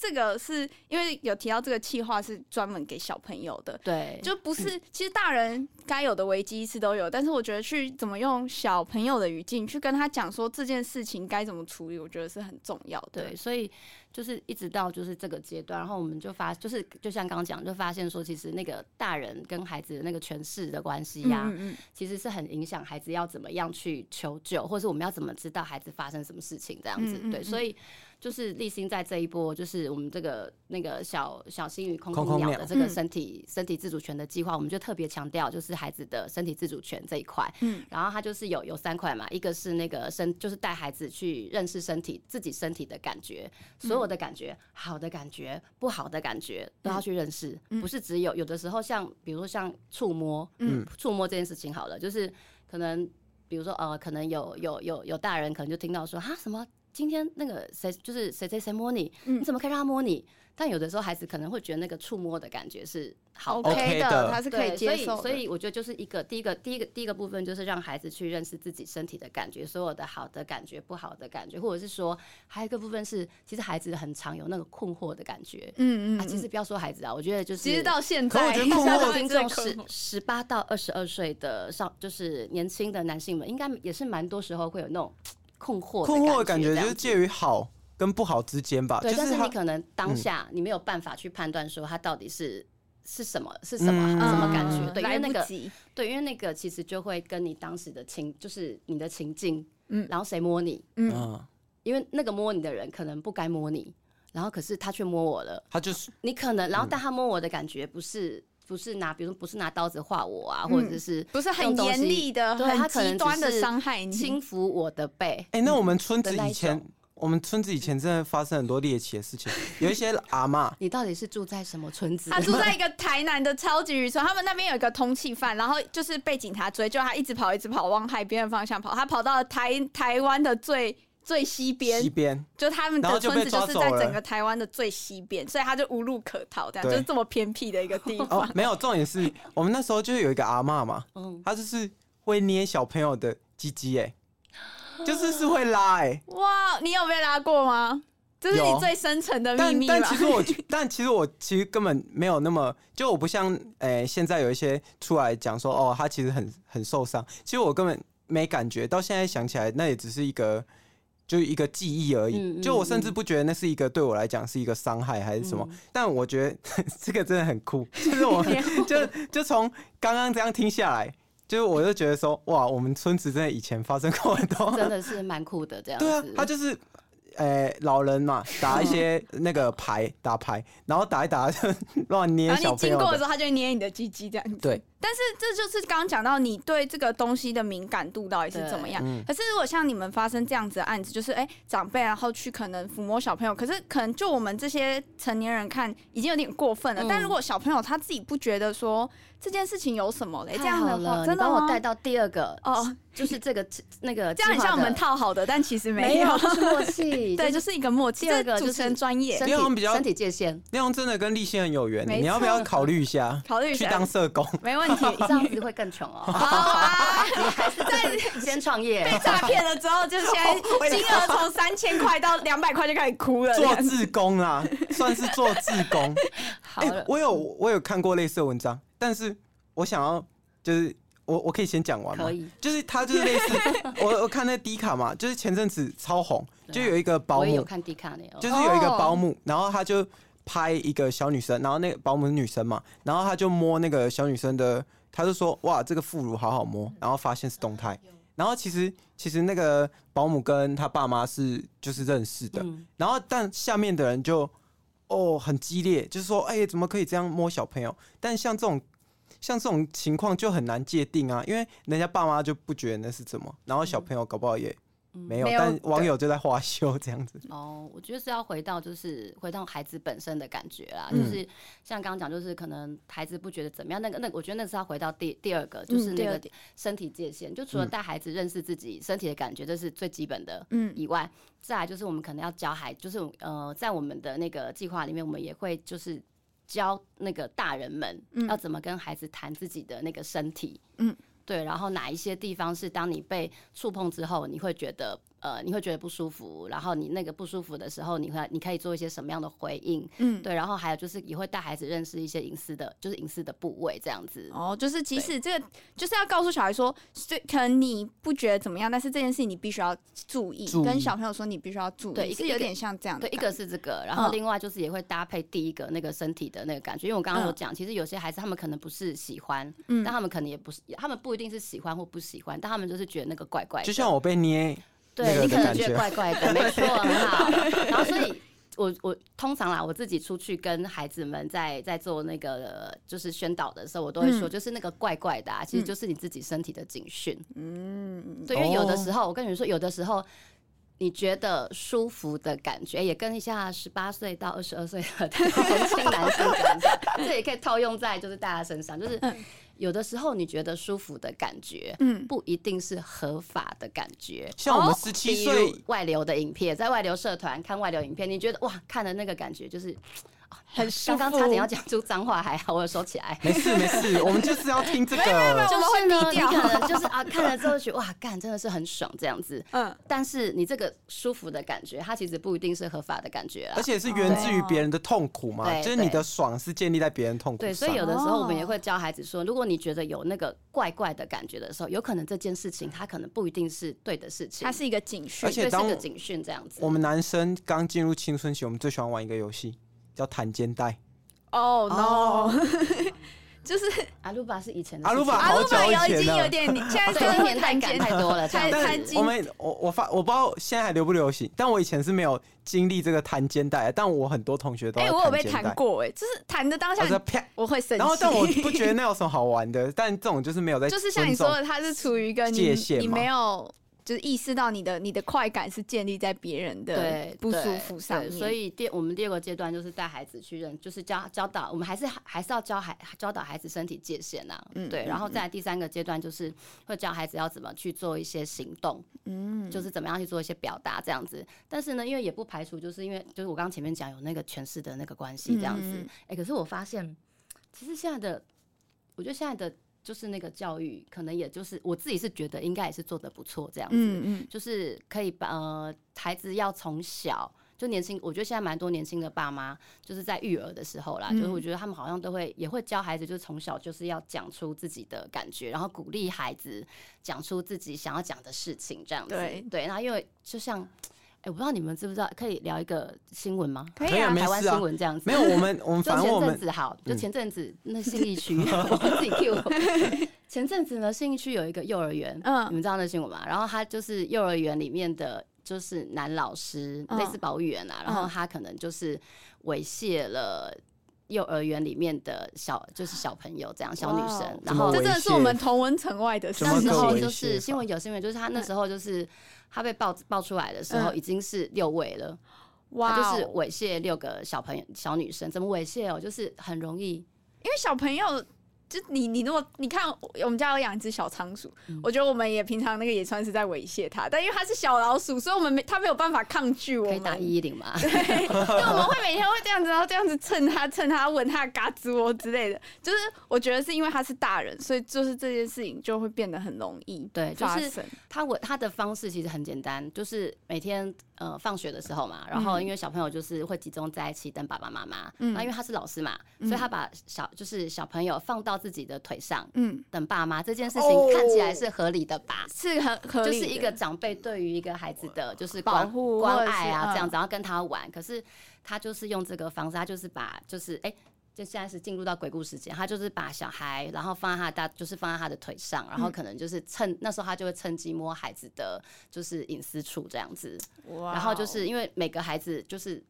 这个是因为有提到这个企划是专门给小朋友的，
对，嗯
就不是，其实大人该有的危机意识都有，但是我觉得去怎么用小朋友的语境去跟他讲说这件事情该怎么处理，我觉得是很重要的。
对，，所以就是一直到就是这个阶段，然后我们就发，就是就像刚刚讲，就发现说，其实那个大人跟孩子的那个权势的关系呀、
嗯嗯
其实是很影响孩子要怎么样去求救，或是我们要怎么知道孩子发生什么事情这样子。
嗯嗯
对，
嗯
所以就是立新在这一波，就是我们这个那个小小星与空
空
空
空
鸟
鸟
的这个
嗯
身体、身体自主权的计划，我们就特别强调就是孩子的身体自主权这一块。
嗯
然后它就是有有三块嘛，一个是那个身，就是带孩子去认识身体自己身体的感觉，所有的感觉，好的感觉、不好的感觉都要去认识，
嗯嗯
不是只有有的时候像比如说像触摸，
嗯
嗯，触摸这件事情好了，就是可能比如说呃，可能有有有有大人可能就听到说啊什么。今天那个谁就是谁谁谁摸你，
嗯
你怎么可以让他摸你？但有的时候孩子可能会觉得那个触摸的感觉是好的
OK 的，
的
他是可
对，
以接受的。
所以，所以我觉得就是一个第一个第一个第一个部分就是让孩子去认识自己身体的感觉，所有的好的感觉、不好的感觉，或者是说还有一个部分是，其实孩子很常有那个困惑的感觉。
嗯嗯，
啊，其实不要说孩子啊，我觉得就是
其实到现
可
在，
我觉得困
现
惑
在的听众
是
十十八到二十二岁的上，就是年轻的男性们，应该也是蛮多时候会有那种困惑
困惑的感觉
这
就
样
是
子
介于好跟不好之间吧，就
对，但是
他
你可能当
嗯
下你没有办法去判断说他到底是是什么是什么、什么感觉，
嗯
对，因为
来
那
不
个
及
对，因为那个其实就会跟你当时的情，就是你的情境，
嗯
嗯，然后谁摸你，
嗯，
嗯，
因为那个摸你的人可能不该摸你，然后可是他却摸我了，
他就是
你可
嗯
能，然后但他摸我的感觉不是不是拿，比如说不是拿刀子划我啊，
嗯
或者是
不是很
用东西
严厉的、
对他
很
可
极
能只
端的
是
伤害你。
轻抚我的背，
哎、那我们村子
的那一
以前
种，
我们村子以前真的发生很多猎奇的事情，有一些阿嬷，
你到底是住在什么村子？
他住在一个台南的超级渔村，他们那边有一个通缉犯，然后就是被警察追，就他一直跑，一直跑，往海边的方向跑，他跑到了台台湾的最最西边
西，边，
就他们
然
的
后就
村
被
子
抓
就是
走
在
了
整个台湾的最西边，所以他就无路可逃，这样就
对
是这么偏僻的一个地方。
哦，没有，重点是我们那时候就是有一个阿嬷嘛，
嗯，
她就是会捏小朋友的鸡鸡，哎，就是是会拉、哎，
哇，你有被拉过吗？这是你
有
最深层的秘
但
密吧
但？其实我， 但其实我其实根本没有那么，就我不像，哎、现在有一些出来讲说，哦，他其实很很受伤，其实我根本没感觉，到现在想起来，那也只是一个。就是一个记忆而已，
嗯嗯嗯
就我甚至不觉得那是一个对我来讲是一个伤害还是什么，但我觉得 这个真的很酷，就是我就就从刚刚这样听下来，就是我就觉得说，哇，我们村子真的以前发生过很多，
真的是蛮酷的这样
对啊
子，，
他就是。呃、老人 嘛，打一些那个牌，打牌，然后打一打 就乱捏
然后
小
你
朋
经
友
过的
的。
时候，他就会捏你的鸡鸡这样子。
对，
但是这就是刚刚讲到你对这个东西的敏感度到底是
对
怎么样。
嗯
可是如果像你们发生这样子的案子，就是哎、长辈然后去可能抚摸小朋友，可是可能就我们这些成年人看已经有点过分了。
嗯
但如果小朋友他自己不觉得说这件事情有什么嘞，哎这
太
样的
好了，
话
你
真的
帮我
吗？
带到第二个，
哦，
就是这个那个
这样很像我们
套
套好的，但其实
没
有。
有，就是默契，
对，就是一个默契。
第二个
这主
就
持人
是
专业，
身
因为我们
体
比较
身体 界限，
那样真的跟立宪很有缘，
没
你要不要
错
考虑一下
考虑一
去
下
当，社 工？
没问题。
这样子会更穷哦。
好啊。
先创业，
被诈骗了之后，就是现 在金额从三千块到两百块就开始哭了。
做志工 啦，算是做志工。
好
哎、
了，
我有我有看过类似的文章，但是我想要就是我我可以先讲完吗？
可以，
就是他就是类 似我我看那迪卡嘛，就是前阵子超红，就
对啊
有一个保
我也
姆
有，看 D 卡呢，哦
就是有一个保姆，然后他就拍一个小女生，然后那个保姆是女生嘛，然后他就摸那个小女生的，他就说哇，这个副乳好好摸，然后发现是动态，然后其实其实那个保姆跟他爸妈是就是认识的，
嗯
然后但下面的人就哦很激烈，就是说哎、怎么可以这样摸小朋友？但像这种。像这种情况就很难界定啊，因为人家爸妈就不觉得那是怎么，然后小朋友搞不好也没有，
没有
但网友就在花休这样子。
哦，我觉得是要回到就是回到孩子本身的感觉啦，
嗯
就是像刚刚讲，就是可能孩子不觉得怎么样，那个那个，我觉得那是要回到第第二个，就是
嗯第
那
二
个身体界限，就除了
嗯
带孩子认识自己身体的感觉，这是最基本的，
嗯
以外，再来就是我们可能要教孩，就是呃，在我们的那个计划里面，我们也会就是教那个大人们
嗯
要怎么跟孩子谈自己的那个身体，
嗯，
对，然后哪一些地方是当你被触碰之后，你会觉得呃，你会觉得不舒服，然后你那个不舒服的时候，你会你可以做一些什么样的回应？
嗯，
对，然后还有就是也会带孩子认识一些隐私的，就是隐私的部位这样子。
哦，就是即使这个，就是要告诉小孩说，虽可能你不觉得怎么样，但是这件事情你必须要注意，
注意
跟小朋友说你必须要注意，
对一个
是有点像这样的
对，一
感觉
个是这个，然后
嗯
另外就是也会搭配第一个那个身体的那个感觉，因为我刚刚有
嗯
讲，其实有些孩子他们可能不是喜欢，
嗯
但他们可能也不是，他们不一定是喜欢或不喜欢，但他们就是觉得那个怪怪的，
就像我被捏，那
对
个
你
的
可能
感
觉
觉
得怪怪的，没错，很 好。然后所以。我我通常啦，我自己出去跟孩子们在在做那个呃就是宣导的时候，我都会
嗯
说，就是那个怪怪的、啊，其实
嗯
就是你自己身体的警讯。
嗯，
对，因为有的
哦
时候，我跟你们说，有的时候你觉得舒服的感觉，哎也跟一下十八岁到二十二岁 的年轻男生讲一下，这也可以套用在就是大家身上，就是有的时候你觉得舒服的感觉，
嗯
不一定是合法的感觉。
像我们
哦
十七
比
岁
如外流的影片，在外流社团看外流影片，你觉得哇，看的那个感觉就是哦
很舒
刚
服。
刚差点要讲出脏话，还好我有收起 来。
没事没事，我们就是要听这个。
我
就
们
是
会
呢，
逼
你
掉
可 能就是啊，看了之后觉得哇，干真的是很爽这样子。
嗯，
但是你这个舒服的感觉，它其实不一定是合法的感觉啊啦
而。且是源自于别人的痛苦嘛，
对
就是你的爽是建立在别人痛苦
对，
上。
所以有的时候我们也
哦
会教孩子说，如果你觉得有那个怪怪的感觉的时候，有可能这件事情它可能不一定是对的事情，
它是一个警讯
而，且
对是
当
个警讯这样子。
我们男生刚进入青春期，我们最喜欢玩一个游戏，叫弹肩带。
哦、
哦
no，就是
阿鲁巴是以前的
阿鲁巴
事情
阿
好
鲁巴
久以
有已
前
经
了
有点，现在
对
真的
年代感太多了这
太
样子
太
但
近
我们我我发我不知道现在还流不流行，但我以前是没有经历这个弹肩带，但我很多同学都
哎、
在
我有被
肩带
弹，过哎、就是弹的当下
我在啪，
我会生气，
然后但我 不觉得那有什么好玩的，但这种就是没有在
就是像你
尊重
说的，它是处于一个你
界限
你
嘛
没有就是意识到你的你的快感是建立在别人的
对
不舒
对
服上
对
面，
所以第我们第二个阶段就是带孩子去认，就是教教导，我们还是还是要教孩教导孩子身体界限啊，
嗯
对。
嗯
然后再来第三个阶段就是会教孩子要怎么去做一些行动，
嗯，
就是怎么样去做一些表达这样子。但是呢，因为也不排除就是因为就是我刚刚前面讲有那个权势的那个关系这样子
嗯嗯，
哎、可是我发现其实现在的，我觉得现在的就是那个教育，可能也就是我自己是觉得应该也是做的不错这样子，
嗯嗯
就是可以把呃孩子要从小就年轻，我觉得现在蛮多年轻的爸妈就是在育儿的时候啦，
嗯
就是我觉得他们好像都会也会教孩子，就是从小就是要讲出自己的感觉，然后鼓励孩子讲出自己想要讲的事情，这样子
对
对。然后因为就像，哎、我不知道你们知不知道，可以聊一个新闻吗？
可
可以
以
啊
啊，
没
台湾
事啊
新闻这样子，
没有我 们我们
就
反正我
前
们
阵子好，就
嗯
前阵子那信义区， 我自己 Q 我。 前阵子呢，信义区有一个幼儿园，
嗯
你们知道那新闻吗？然后他就是幼儿园里面的，就是男老师，
嗯
类似保育员啊，然后
嗯
他可能就是猥亵了。幼儿园里面的小就是小朋友这样小女
哇
生
哦，
然后
这真的
猥
是我
亵
们同文城外的事哦
怎么个
那时候
猥
就
亵
是
法
新闻有新闻，就是他那时候就是他被爆爆出来的时候
嗯
已经是六位了，
哇
他就是
哦
猥亵六个小朋友小女生，怎么猥亵哦？就是很容易
因为小朋友。就你你如果你看我我们家有养一只小仓鼠，
嗯
我觉得我们也平常那个也算是在猥亵它，但因为它是小老鼠，所以我们没它没有办法抗拒我
可
们，
以打一一零嘛？
对，我们会每天会这样子，然后这样子蹭他、蹭他、吻他、嘎吱窝之类的。就是我觉得是因为他是大人，所以就是这件事情就会变得很容易
对就是
发生。
他我他的方式其实很简单，就是每天呃放学的时候嘛，然后因为小朋友就是会集中在一起等爸爸妈妈，
嗯
那因为他是老师嘛，
嗯
所以他把小就是小朋友放到自己的腿上
嗯，
等爸妈，这件事
哦
情看起来是合理的吧？
是很合
就
理
是
的，
一个长辈对于一个孩子的就是
保
关
护或
关
者
爱
是
啊，这样
嗯
子，然后跟他玩。可是他就是用这个方式，他就是把就是哎、就现在是进入到鬼故事间，他就是把小孩然后放在他的大，就是放在他的腿上，然
嗯
后可能就是趁、那时候他就会趁机摸孩子的就是隐私处这样子，
哇哦，
然后就是因为每个孩子就是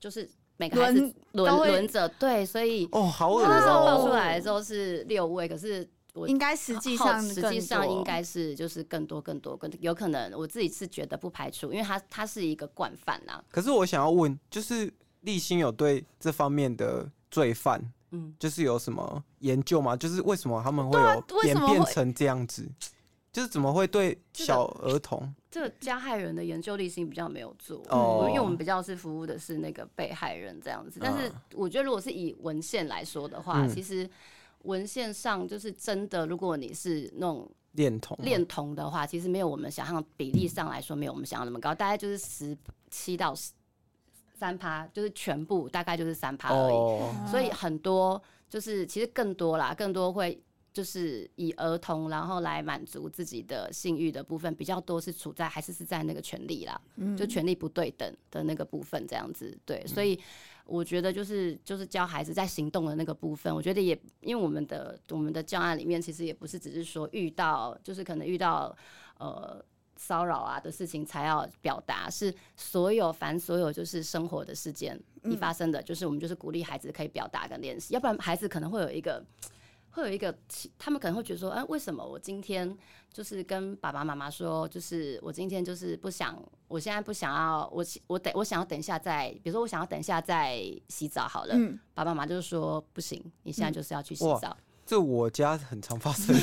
就是每个孩子
轮
轮
都会
轮着对，所以
哦，好恶
那时候
哦、
爆出来的时候是六位，可是我
应该实际
好
上
实
更
际上
多
应该是就是更多更多更多有可能我自己是觉得不排除，因为它它是一个惯犯啊啦、
可是我想要问，就是立新有对这方面的罪犯，
嗯，
就是有什么研究吗？就是为什么他们会
对啊
有
为什
演
么会
变成这样子？就是怎么会对
这个
小儿童？
这个加害人的研究力性比较没有做，
哦
因为我们比较是服务的是那个被害人这样子。但是
嗯
我觉得如果是以文献来说的话，
嗯
其实文献上就是真的，如果你是那种
恋童吗啊
恋童的话，其实没有我们想象比例上来说没有我们想象那么高，大概就是十七到十三趴，就是全部大概就是三趴而已。
哦，
所以很多就是其实更多啦，更多会就是以儿童然后来满足自己的性欲的部分比较多，是处在还是是在那个权利啦，
嗯
就权利不对等的那个部分这样子。对，所以我觉得就是就是教孩子在行动的那个部分，我觉得也因为我们的我们的教案里面其实也不是只是说遇到就是可能遇到呃。骚扰啊的事情才要表达，是所有凡所有就是生活的事件一发生的，就是我们就是鼓励孩子可以表达跟练习，要不然孩子可能会有一个。会有一个其，他们可能会觉得说，哎、为什么我今天就是跟爸爸妈妈说，就是我今天就是不想，我现在不想要，我我等我想要等一下再，比如说我想要等一下再洗澡好了，
嗯
爸爸妈妈就是说不行，你现在就是要去洗
哇
澡，
这我家很常发 生。？”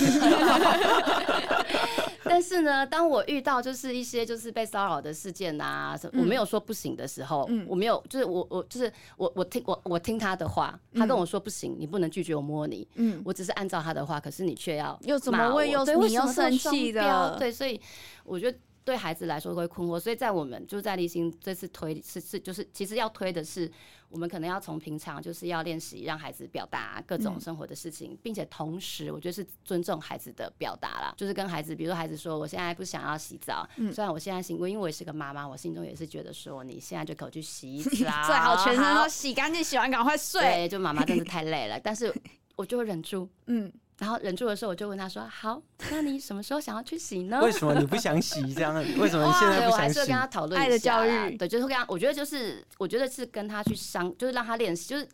但是呢，当我遇到就是一些就是被骚扰的事件啊，什我没有说不行的时候，我没有就是我我就是我我听我我听他的话，他跟我说不行，你不能拒绝我摸你，
嗯
我只是按照他的话，可是你却要
又怎么
骂我
会又
对
你
为什么
又
这么
生
双
气的
标对，所以我觉得。对孩子来说会困惑，所以在我们就在立新这次推是是就是其实要推的是，我们可能要从平常就是要练习让孩子表达各
嗯
种生活的事情，并且同时我觉得是尊重孩子的表达啦，就是跟孩子，比如说孩子说我现在不想要洗澡，
嗯
虽然我现在心，因为我也是个妈妈，我心中也是觉得说你现在就给我去洗澡，最
最好全身都洗干净，洗完赶快睡。
对，就妈妈真的太累了，但是我就会忍住，
嗯，
然后忍住的时候，我就问他说：“ 好，那你什么时候想要去洗呢
为什么你不想洗？这样为什么你现
对，
在
我
不
还
想
是会
洗
跟？他讨论
爱
一
的
下
教
啦
育
对，就是跟他，我觉得就是，我觉得是跟他去商，就是让他练习，就是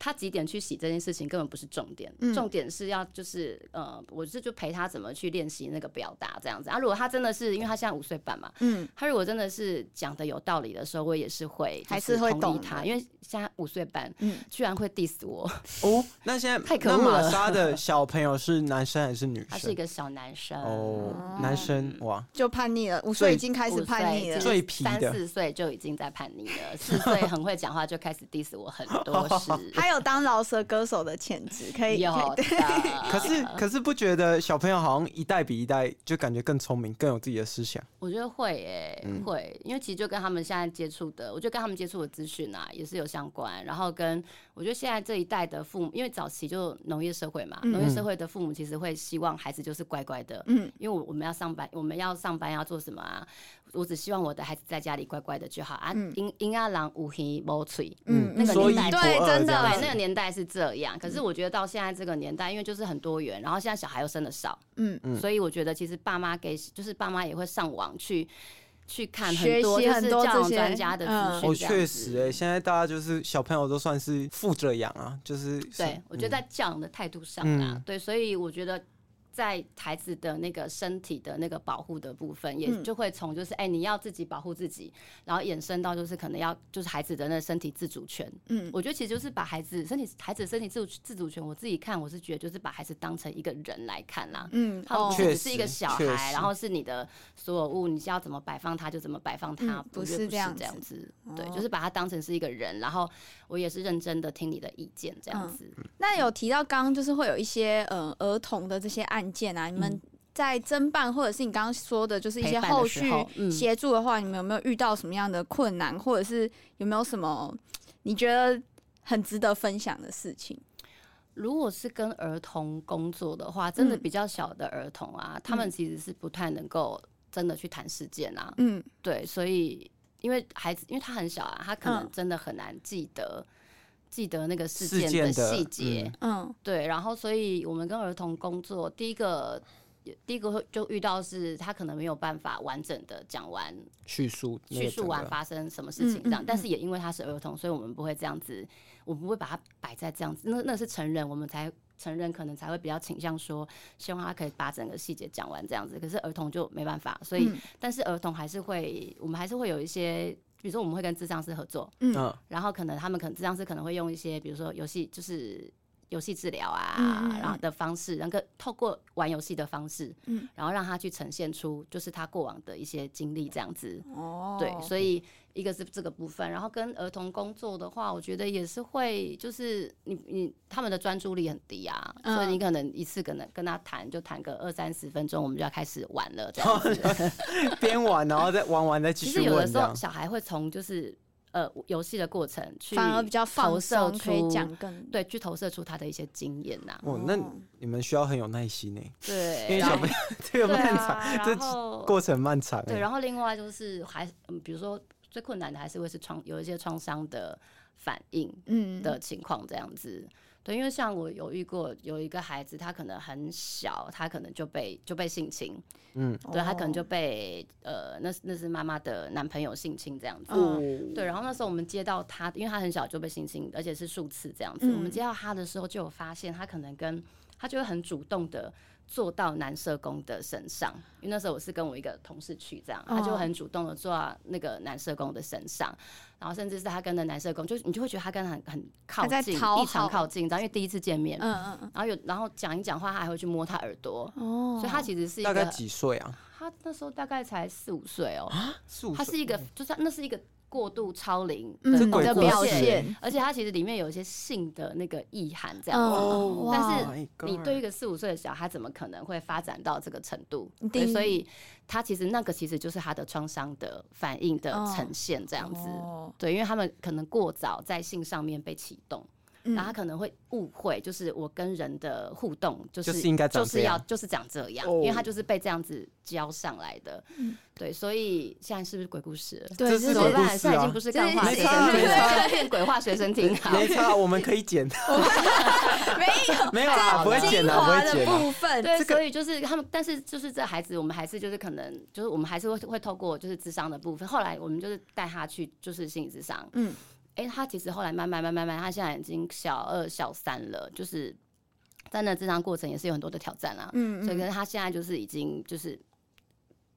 他几点去洗这件事情根本不是重点，
嗯
重点是要就是呃，我是就陪他怎么去练习那个表达这样子啊。如果他真的是，因为他现在五岁半嘛，
嗯，
他如果真的是讲的有道理的时候，我也是会就
还是会
同意
懂
他，
的
因为现在五岁半，
嗯
居然会 diss 我，
哦，那现在
太可
那
恶
玛
了
莎的小朋友是男生还是女
他是
生？
一个嗯小男生。
哦，男生哇，
就叛逆了，五岁已经开始叛逆了
五。岁最皮的
三四岁就已经在叛逆了， 四岁很会讲话就开始 diss 我很多事，
还有当饶舌歌手的潜质，可以
有
可以
的。
可是可是不觉得小朋友好像一代比一代就感觉更聪明，更有自己的思想？
我觉得会诶、
嗯
会，因为其实就跟他们现在接触的，我觉得跟他们接触的资讯啊也是有相关。然后跟我觉得现在这一代的父母，因为早期就农业社会嘛，农业社会的父母其实会希望孩子就是乖乖的，
嗯，
因为我我们要上班，我们要上班要做什么啊？我只希望我的孩子在家里乖乖的就好啊
嗯。
因因啊狼无黑无嘴，
嗯
那个
说一
年代
不
对
二
真
这
的
样
对，
子
那个年代是这样。
嗯
可是我觉得到现在这个年代，因为就是很多元，然后现在小孩又生的少，
嗯
嗯
所以我觉得其实爸妈给就是爸妈也会上网去去看
学习
很多就是
很多这
教养
些嗯
专家的资讯。
哦，确实哎、，现在大家就是小朋友都算是富着养啊，就是
对
是，
我觉得在教养的态度上啦，
嗯
对，所以我觉得。在孩子的那个身体的那个保护的部分，也
嗯
就会从就是哎、你要自己保护自己，然后衍生到就是可能要就是孩子的那身体自主权，
嗯，
我觉得其实就是把孩子身体孩子的身体自主自主权，我自己看我是觉得就是把孩子当成一个人来看啦。
嗯，
他们
哦
不是
确
只是一个
实
小
确
孩，
实
然后是你的所有物，你要怎么摆放它就怎么摆放它，
嗯
我
不
觉得
是
不
这样
这样
子
子。对，
哦
就是把它当成是一个人，然后我也是认真的听你的意见这样
嗯
子。
那有提到刚刚就是会有一些呃儿童的这些案件啊，你们在侦办或者是你刚刚说的，就是一
嗯陪
些
伴的
后
时
续
候嗯
协助的话，你们有没有遇到什么样的困难，或者是有没有什么你觉得很值得分享的事情？
如果是跟儿童工作的话，真的
嗯
比较小的儿童啊，他们其实是不太能够真的去谈事件啊。
嗯
对，所以因为孩子，因为他很小啊，他可能
嗯
真的很难记得、记得那个事
事
件
件的
细节。
嗯
嗯
对，然后所以我们跟儿童工作，第一个第一个会就遇到是他可能没有办法完整的讲完、
叙述那个
叙述完
整个
发生什么事情这样，
嗯嗯
但是也因为他是儿童，所以我们不会这样子，我们不会把它摆在这样子，那那是成人，我们才。成人可能才会比较倾向说，希望他可以把整个细节讲完这样子，可是儿童就没办法，所以、
嗯
但是儿童还是会，我们还是会有一些，比如说我们会跟智障师合作，
嗯
然后可能他们可能智障师可能会用一些，比如说游戏就是游戏治疗啊，
嗯嗯嗯
然后的方式，能够透过玩游戏的方式，
嗯
然后让他去呈现出就是他过往的一些经历这样子。
哦，
对，所以一个是这个部分，然后跟儿童工作的话，我觉得也是会，就是你你他们的专注力很低啊，
嗯
所以你可能一次可能跟他谈就谈个二三十分钟，我们就要开始玩了 这样子。
边玩然后再玩完哦再继
其
续
实有的
问
时
这
候
样。
小孩会从就是呃游戏的过程去
反而比较放
投射
松，
出
可以讲更
对，去投射出他的一些经验呐、
哦，那你们需要很有耐心呢， 因
对，
为
然
小
后
朋友这个
对
漫
啊，
长，这
然后
过程漫长欸。
对，然后另外就是还，嗯，比如说最困难的还是会是创有一些创伤的反应
嗯
的情况这样子。对，因为像我有遇过有一个孩子，他可能很小，他可能就被就被性侵，
嗯，
对他可能
哦
就被呃，那是那是妈妈的男朋友性侵这样子。
嗯
对，然后那时候我们接到他，因为他很小就被性侵，而且是数次这样子。我们
嗯
接到他的时候，就有发现他可能跟他就会很主动的坐到男社工的身上，因为那时候我是跟我一个同事去这样，他就
哦
很主动的坐到那个男社工的身上，然后甚至是他跟那男社工，就你就会觉得他跟他很很靠
在
近，
讨
异常
好
靠近，然后因为第一次见面，
嗯嗯
然后有然后讲一讲话，他还会去摸他耳朵，
嗯，哦
所以他其实是一
大概
个
几岁啊？
他那时候大概才四五岁哦，
四五
它
岁
是一个，就是它那是一个过度超龄
嗯
的
这鬼
的
故
表
事
现，而且它其实里面有一些性的那个意涵这样子。
哦哇
但是
Oh my
你
God
对一个四五岁的小孩，他怎么可能会发展到这个程度？
一
对，
定
所以他其实那个其实就是他的创伤的反应的
哦
呈现这
这
样子。
哦
对，因为他们可能过早在性上面被启动，然后他可能会误会，就是我跟人的互动就是
就是应该长
就
这
是
样
要就是长这样，
哦
因为他就是被这样子教上来的。
嗯
对，所以现在是不是鬼故事了？
对，
这
就是是
什么
怎么
故
办？
事啊
现在已经不是干话
没
学
差
生听
没差
了，变鬼话学生听好。
没差，我们可以 剪，
没有
没有啦，不会剪
精
啦，不
华
会
的
剪啦。
部分，
对，
这个
所以就是他们，但是就是这孩子，我们还是就是可能就是我们还是会会透过就是智商的部分，后来我们就是带他去就是心理智商，
嗯，
哎、他其实后来慢慢慢慢慢慢，他现在已经小二小三了，就是在那智商过程也是有很多的挑战啦。
嗯
所以可是他现在就是已经就是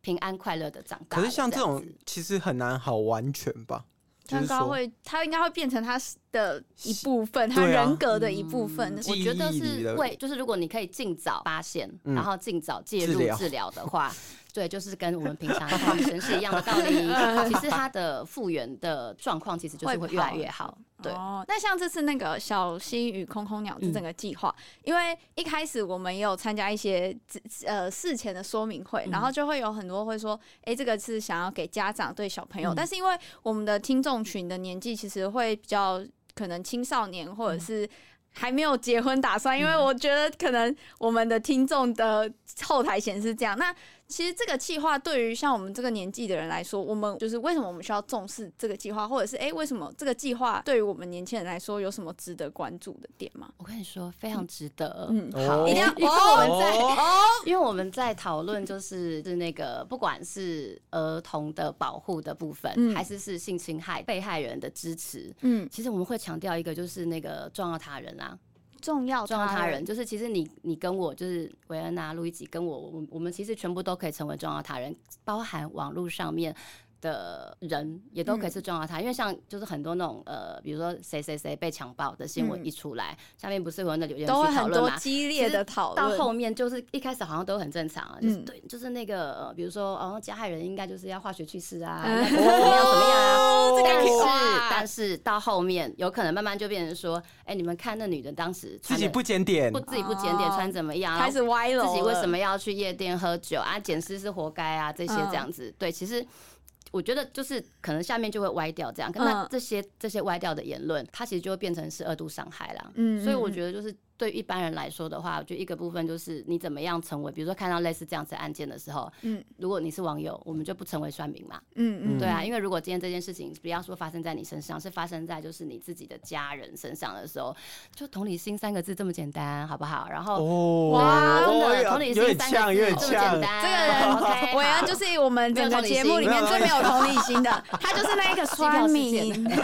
平安快乐的长大
可
了。
是像这
样
种
子
其实很难好完全吧？就是
蛋糕
说，
会，它应该会变成他的一部分，他
对啊嗯
人
呃
格
嗯
的一部分。
记
我觉得
忆里
是
的
为，就是如果你可以尽早发现，
嗯
然后尽早介入
治疗
治疗 的话，对，就是跟我们平常看医生是一样的道理。其实他的复原的状况其实就
会
是会越来
好
越好。对，
哦，那像这次那个小星与空空鸟
嗯
这整个计划，因为一开始我们也有参加一些呃事前的说明会，
嗯
然后就会有很多会说，诶，这个是想要给家长对小朋友，
嗯
但是因为我们的听众群的年纪其实会比较可能青少年或者
嗯
是。还没有结婚打算，因为我觉得可能我们的听众的后台显示这样。那其实这个计划对于像我们这个年纪的人来说，我们就是为什么我们需要重视这个计划，或者是诶，为什么这个计划对于我们年轻人来说有什么值得关注的点吗？
我跟你说，非常值得。
嗯
哦
一定要
因为
我们在
哦
因为我们在讨论就是是那个不管是儿童的保护的部分，
嗯
还是是性侵害被害人的支持。
嗯，
其实我们会强调一个，就是那个重要他人啊啦、
重要
重要他人，就是其实你你跟我就是维恩啊、路易吉跟我，我们我们其实全部都可以成为重要他人，包含网络上面。的人也
嗯
都可以是重要他人，因为像就是很多那种呃，比如说谁谁谁被强暴的新闻
嗯
一出来，下面不是有那留言区
都会
讨
很
论
多
嘛？
激烈的讨
到
论，
后面就是一开始好像都很正常啊，就是
嗯
对，就是那个呃，比如说哦，加害人应该就是要化学去世 啊，
嗯
应该怎么样怎么样怎么样啊。
哦
这个
但
可以
是
哇
但是到后面有可能慢慢就变成说，哎，你们看那女的当时
自
穿
己
的
不检点
不，自己不检点
哦
穿怎么样，
开始歪
然
了，
后自己为什么要去夜店喝酒啊，捡尸是活该啊，这些
嗯
这样子。对，其实。我觉得就是可能下面就会歪掉这样，那
嗯
这些这些歪掉的言论，它其实就会变成是二度伤害啦。
嗯？嗯，
所以我觉得，就是对一般人来说的话，我觉得一个部分就是你怎么样成为，比如说看到类似这样子的案件的时候，
嗯
如果你是网友，我们就不成为酸民嘛，
嗯嗯，
对啊，因为如果今天这件事情不要说发生在你身上，是发生在就是你自己的家人身上的时候，就同理心三个字这么简单，好不好？然后。
哦
哇，真
哦
的，
有
同理
有
心
点
三
呛，
个
有
字
点
这么
呛，
简单。
这个人
OK，
伟
好
安就是我们整个节目里面最没有同理心的，他就是那个酸民， 对，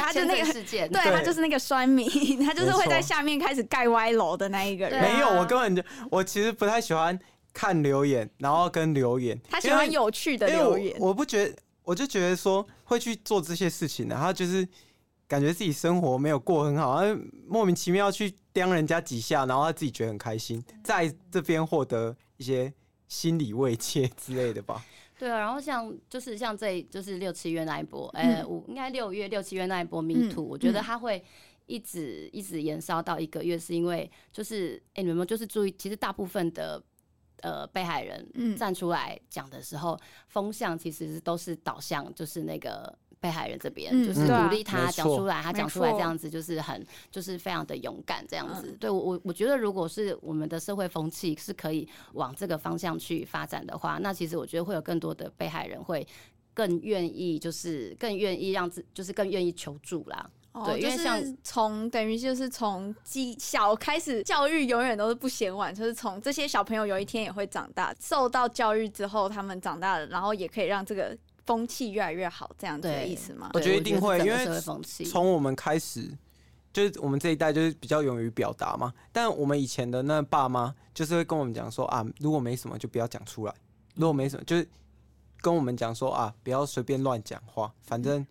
他就
签
那
证
个，
事 件，
对他就是那个酸民，他就是会在下面开始盖歪楼的那一个
对
人，
啊
没有，我根本就我其实不太喜欢看留言，然后跟留言，
他喜
因为
欢有趣的
因为
留
我
言，
我不觉得，我就觉得说会去做这些事情的，然后就是感觉自己生活没有过很好，然后莫名其妙去刁人家几下，然后他自己觉得很开心，在这边获得一些心理慰藉之类的吧。
对啊，然后像就是像这就是六七月那一波，呃，五应该六月六七月那一波 Me
嗯
Too，、我觉得
嗯
它会一直一直延烧到一个月，是因为就是哎、你们有没有就是注意，其实大部分的呃被害人
嗯
站出来讲的时候，风向其实都是导向就是那个。被害人这边、
嗯
就是
对啊
鼓励他
没
讲
错
出来，他
没
讲出来这
错
样子就是很就是非常的勇敢这样子。
嗯
对我我我觉得，如果是我们的社会风气是可以往这个方向去发展的话，那其实我觉得会有更多的被害人会更愿意，就是更愿意让自，就是更愿意求助啦。
哦
对因
就
为像
是从等于就是从基小开始，教育永远都是不嫌晚，就是从这些小朋友有一天也会长大，受到教育之后，他们长大了，然后也可以让这个风气越来越好，这样子的
对
意思吗？
我觉得
对
一定会
是整
因
个
为
社会风气。
从我们开始，就是我们这一代就是比较勇于表达嘛。但我们以前的那爸妈就是会跟我们讲说啊，如果没什么就不要讲出来，如果没什么就是跟我们讲说啊，不要随便乱讲话，反正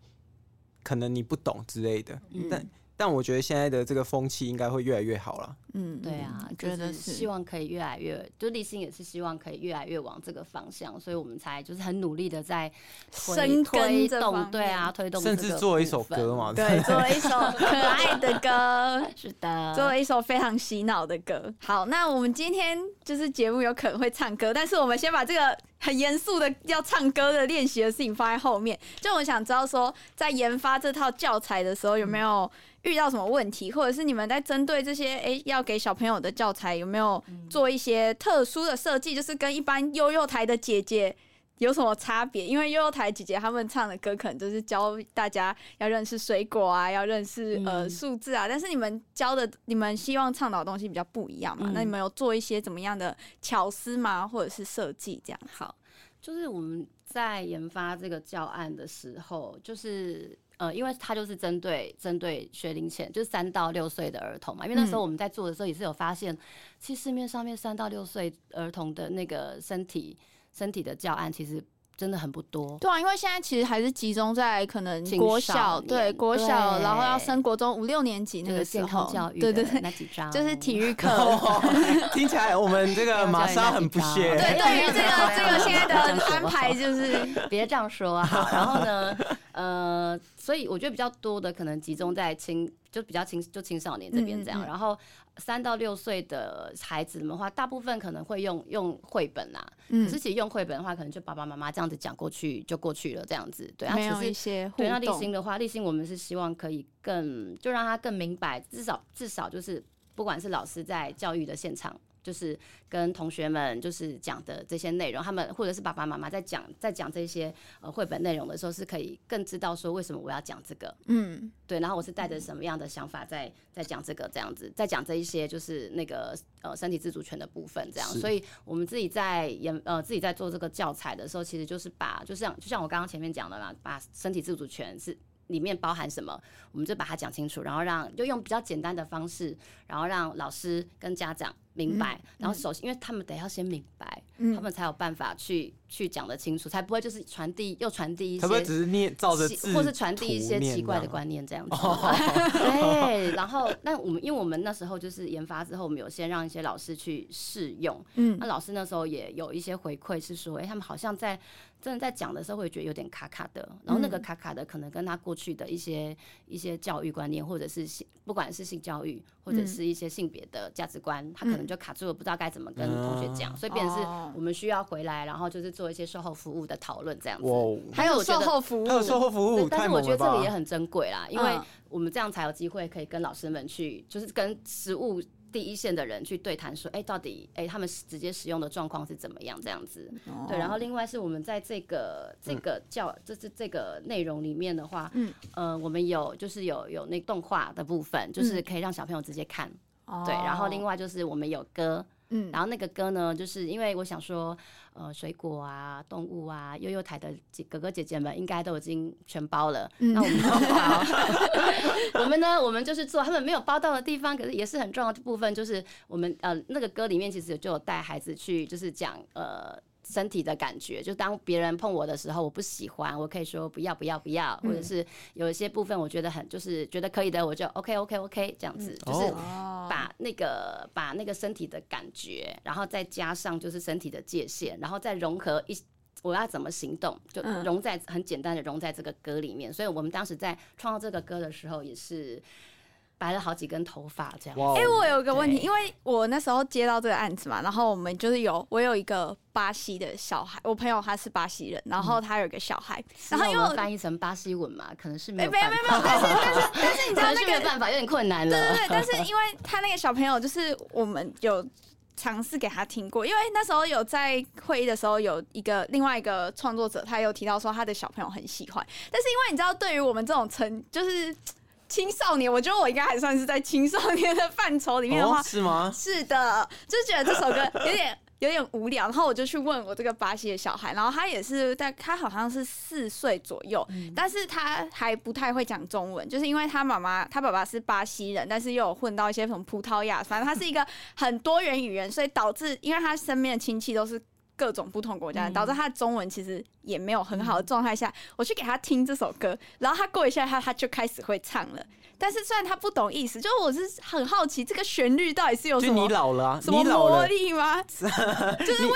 可能你不懂之类的。但但我觉得现在的这个风气应该会越来越好了。
嗯，
对啊，
我
就
觉得
希望可以越来越，就立新也是希望可以越来越往这个方向，所以我们才就是很努力的在推
深耕
推
这方
动，
面
对啊，，推动
甚
这
至
个
做一
部
首
分
歌，嘛，
对， 做了一首可爱的歌，
是的，
做了一首非常洗脑的歌。好，那我们今天就是节目有可能会唱歌，但是我们先把这个很严肃的要唱歌的练习的事情放在后面。就我想知道说，在研发这套教材的时候，有没有遇到什么问题，或者是你们在针对这些诶、要给小朋友的教材，有没有做一些特殊的设计，就是跟一般幼幼台的姐姐。有什么差别？因为悠悠台姐姐她们唱的歌，可能就是教大家要认识水果啊，要认识、呃
嗯
数字啊。但是你们教的，你们希望倡导的东西比较不一样嘛？
嗯
那你们有做一些怎么样的巧思吗？或者是设计这样？
好，就是我们在研发这个教案的时候，就是呃，因为它就是针对针对学龄前，就是三到六岁的儿童嘛。因为那时候
嗯
我们在做的时候也是有发现，其实市面上面三到六岁儿童的那个身体身体的教案其实真的很不多。
对啊，因为现在其实还是集中在可能
青
国
少
小，
年
对国小，
对
然后要升国中五六年级那
这个
个时
健康
候
教育
对
的
对对，
那几章，
就是体育课。
哦 听起来我们这个玛莎很不
对
屑。
对，对于这个这个现在
这样
的
说
安排就是
别这样说啊。好然后呢，呃，所以我觉得比较多的可能集中在青，就比较青就青少年这边这
嗯
样。
嗯嗯
然后三到六岁的孩子们的话，大部分可能会用用绘本啊。
嗯
可是其实用绘本的话，可能就爸爸妈妈这样子讲过去就过去了，这样子对。啊，
没
只
有
是
一些互
对，那立
动。
新的话，立新我们是希望可以更就让他更明白，至少至少就是不管是老师在教育的现场，就是跟同学们就是讲的这些内容，他们或者是爸爸妈妈在讲在讲这些呃绘本内容的时候，是可以更知道说为什么我要讲这个，
嗯，
对，然后我是带着什么样的想法在在讲这个这样子，在讲这一些就是那个呃身体自主权的部分这样，
是
所以我们自己在研呃自己在做这个教材的时候，其实就是把就像就像我刚刚前面讲的啦，把身体自主权是里面包含什么，我们就把它讲清楚，然后让就用比较简单的方式，然后让老师跟家长明白，
嗯
然后首先因为他们得要先明白，
嗯
他们才有办法去去讲得清楚，才不会就是传递又传递一些
可不可以只是念照着
奇
字，
或是传递一些奇怪的观念这样子。
哦
对，然后那我们因为我们那时候就是研发之后，我们有先让一些老师去试用，
嗯
那老师那时候也有一些回馈是说，哎、他们好像在真的在讲的时候会觉得有点卡卡的，然后那个
嗯
卡卡的可能跟他过去的一些一些教育观念，或者是性不管是性教育或者
嗯
是一些性别的价值观，他可能就卡住了，不知道该怎么跟同学讲，
嗯
所以变成是
哦
我们需要回来，然后就是做一些售后服务的讨论这样子。
哇哦，
还
但是
有
我觉
售
得
后服务
他，有售后服
对
务，
但
太
是我
猛
觉得
了
这个也
吧！
很珍贵啦，因为
嗯
我们这样才有机会可以跟老师们去，就是跟实物第一线的人去对谈，说，哎、到底，哎、他们直接使用的状况是怎么样？这样
嗯
子，对。然后另外是我们在这个这
嗯
个教，就是这个内容里面的话，
嗯
嗯，呃，我们有就是有有那动画的部分，就是可以让小朋友直接看，
嗯哦
对。然后另外就是我们有歌，
嗯
然后那个歌呢，就是因为我想说，呃，水果啊、动物啊，悠悠台的姐哥哥姐姐们应该都已经全包了。
嗯
那我们就包，我们 呢，我们就是做他们没有包到的地方，可是也是很重要的部分，就是我们呃那个歌里面其实就有带孩子去，就是讲呃。身体的感觉，就当别人碰我的时候，我不喜欢，我可以说不要不要不要，或者是有一些部分我觉得很就是觉得可以的，我就 OK OK OK 这样子，就是
哦
哦
把那个把那个身体的感觉，然后再加上就是身体的界限，然后再融合一我要怎么行动，就
嗯
融在、很简单的融在这个歌里面。所以我们当时在创造这个歌的时候，也是白了好几根头发这样。
哇哦
哎、我有个问题，
对
因为我那时候接到这个案子嘛，然后我们就是有我有一个巴西的小孩，我朋友他是巴西人，然后他有一个小孩，然后因
因
为
为
我
哦我们翻译成巴西文嘛，可能是没
没
有
没有
办
没有，
法，
没有但是但是但 是你知
可
道
能是没
那
有
个
办法，有点困难
对对
了。
对，但是因为他那个小朋友就是我们有尝试给他听过，因为那时候有在会议的时候有一个另外一个创作者，他有提到说他的小朋友很喜欢，但是因为你知道，对于我们这种成就是青少年，我觉得我应该还算是在青少年的范畴里面的话，
哦是吗？
是的，就觉得这首歌有点有点无聊，然后我就去问我这个巴西的小孩，然后他也是，但他好像是四岁左右，但是他还不太会讲中文，就是因为他妈妈他爸爸是巴西人，但是又有混到一些什么葡萄牙，反正他是一个很多元语言，所以导致因为他身边的亲戚都是。各种不同国家的，
嗯
导致他的中文其实也没有很好的状态下，我去给他听这首歌，然后他过一下他他就开始会唱了。但是虽然他不懂意思，就是我是很好奇这个旋律到底是有什
就
么
你老了啊，
什么
你老
魔
了，
力吗？就是问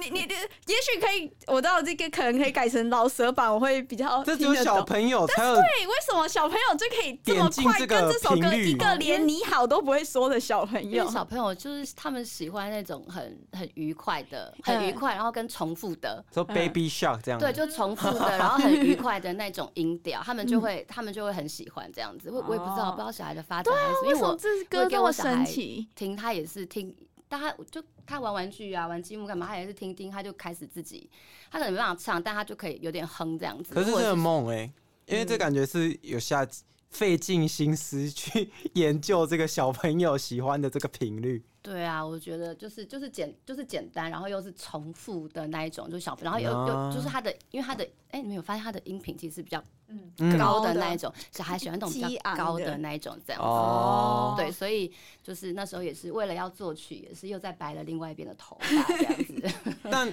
你你的，也许可以，我知道这个可能可以改成老舌版，我会比 较
这只
听
有
得
小
懂。
朋 友才有
对，为什么小朋友就可以这么
点进
快
这
跟
个
这首歌
频率
一个连你好都不会说的小朋
因
友
为？小朋友就是他们喜欢那种很很愉快的、很愉
嗯
快，然后跟重复的，
说 Baby Shark 这样子，
对，就重复的，然后 很愉快的那种音调，他们就会他们就会很喜欢这样子。我我也不知道，
嗯哦
不知道小孩的发展还是因
为
为
什么
我
这
我
歌
也给
这
我
么
小孩
神奇？
听他也是听，但他就他玩玩具啊，玩积木干嘛，他也是听听，他就开始自己，他可能没办法唱，但他就可以有点哼这样子。
可是
或
真
者
的梦哎、因
嗯
为这感觉是有下费尽心思去研究这个小朋友喜欢的这个频率，
对啊，我觉得就是就是简就是简单，然后又是重复的那一种，就小，然后又又
哦
就是他的，因为他的，哎，你们有发现他的音频其实是比较
嗯
高
高的
的
那一种，小孩喜欢那种比
激
较
昂
高
的
的那一种这样子。
哦，
对，所以就是那时候也是为了要作曲，也是又再白了另外一边的头发这样子。
但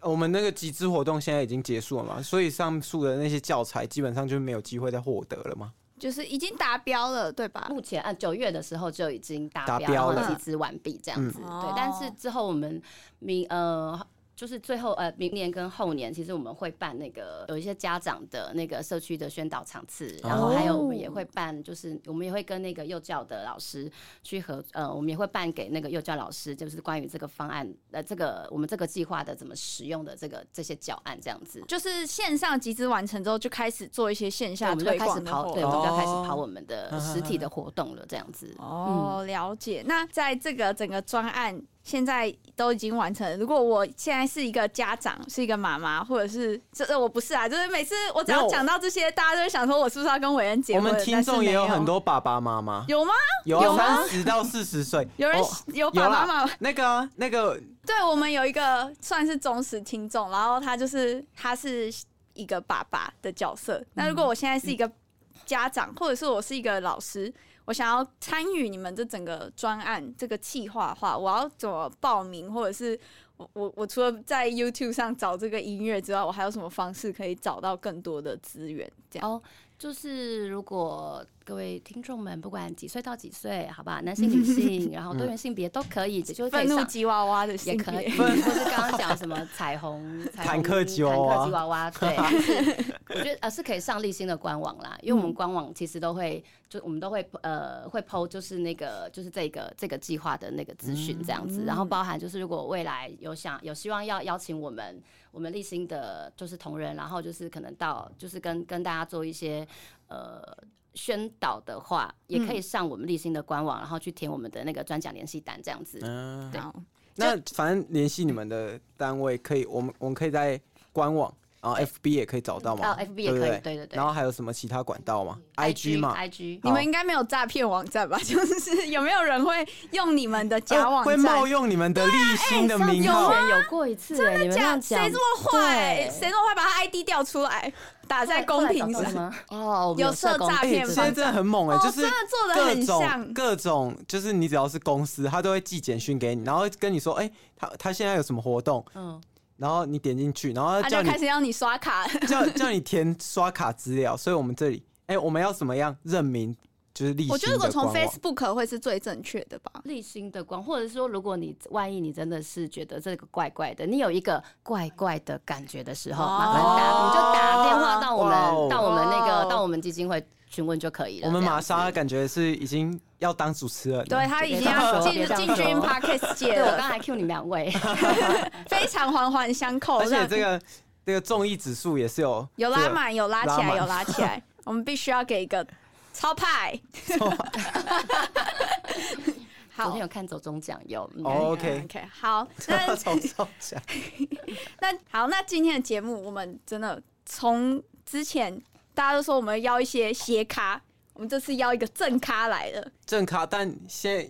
我们那个集资活动现在已经结束了嘛，所以上述的那些教材基本上就没有机会再获得了嘛。
就是已经达标了，对吧？
目前啊，九月的时候就已经
达
达
标
标，然
了
后集资完毕这样子。
嗯
对，但是之后我们明呃。就是最后呃，明年跟后年，其实我们会办那个有一些家长的那个社区的宣导场次，然后还有我们也会办，就是我们也会跟那个幼教的老师去合呃，我们也会办给那个幼教老师，就是关于这个方案呃，这个我们这个计划的怎么使用的这个这些教案这样子。
就是线上集资完成之后，就开始做一些线
对，
下
我们就
推
开始
广的
跑，
活
对，
动。
我们就要开始
哦
跑我们的实体的活动了，这样子。嗯
哦，
嗯
了解。那在这个整个专案现在都已经完成了。如果我现在是一个家长，是一个妈妈，或者是这呃我不是啊，就是每次我
没
只要
有
讲到这些，大家都会想说我是不是要跟伟恩结
我
婚？
们听众也有
有
很，多爸爸妈妈，
有吗？
有
有吗
三十到四十岁，
有人、
哦
有爸爸妈妈？
那个啊那个
对我们有一个算是忠实听众，然后他就是他是一个爸爸的角色。那如果我现在是一个家长，或者是我是一个老师，我想要参与你们这整个专案这个计划的话，我要怎么报名？或者是我我我除了在 YouTube 上找这个音乐之外，我还有什么方式可以找到更多的资源？这样
哦，就是如果各位听众们，不管几岁到几岁，好吧，男 性、女性，然后多元性别都可以，就是可
愤
以
怒
上。
吉娃娃的
也
性
可以，
别，
或是刚刚讲什么彩 虹、彩虹
坦克吉娃娃
坦克吉 娃娃，对，就是我觉得呃是可以上立新的官网啦，因为我们官网其实都会，就我们都会呃会 PO 就是那个就是这个这个计划的那个资讯这样子，然后包含就是如果未来有想有希望要邀请我们我们立新的就是同仁，然后就是可能到就是跟跟大家做一些呃。宣导的话，也可以上我们立新的官网，然后去填我们的那个专奖联系单，这样子。
嗯，
对
好
那反正联系你们的单位可以，我们我们可以在官网，然后 FB 也可以找到嘛、
哦
到 FB 也可
对
以
不
对对对
然后还有什么其他管道吗？IG
啊
嘛，
，IG
你们应该没有诈骗网站吧？ 就是有没有人会用你们的
呃
假网
哎会
站？啊
冒用你们的立新的名
有
号，
前有过一次、欸，你们这
讲
样讲，
谁这么坏？
对
谁这么坏？把他 ID 调出来，打在公屏
后来找到了
上。
吗？哦，我们
有设
设公
诈
屏
骗
哎现在真的很猛哎、
哦
就是
真的做得
各
很
种
像
各种，就是你只要是公司，他都会寄简讯给你，然后跟你说，哎、他他现在有什么活动，
嗯，
然后你点进去，然后
他
叫
啊就
你
开始让你刷卡，
叫叫你填刷卡资料，所以我们这里，哎、我们要怎么样认明就是立新的
我觉得如果从
官网
Facebook 会是最正确的吧。
立新的光，或者是说，如果你万一你真的是觉得这个怪怪的，你有一个怪怪的感觉的时候，
哦
麻烦打，你就打电话到我们、
哇哦
到我们那
哦
个到我们基金会询问就可以了。
我们
这样
玛莎
子
感觉是已经要当主持人了，
对他已经
别这样
要
说
进
别这样
进
说
军 Parkes 界
对我刚
了，
才 Q 你们两位，
非常环环相扣。
而且
让
这个这个综艺指数也是有
有
这
拉
个
满，有拉
拉
起来，
满
有拉起 来。我们必须要给一个超派。
昨
好
天有看走中奖有，嗯
哦 OK
OK，好，那
从上下
那好，那今天的节目我们真的从之前大家都说我们要一些斜咖，我们这次要一个正咖来了。
正咖，但现在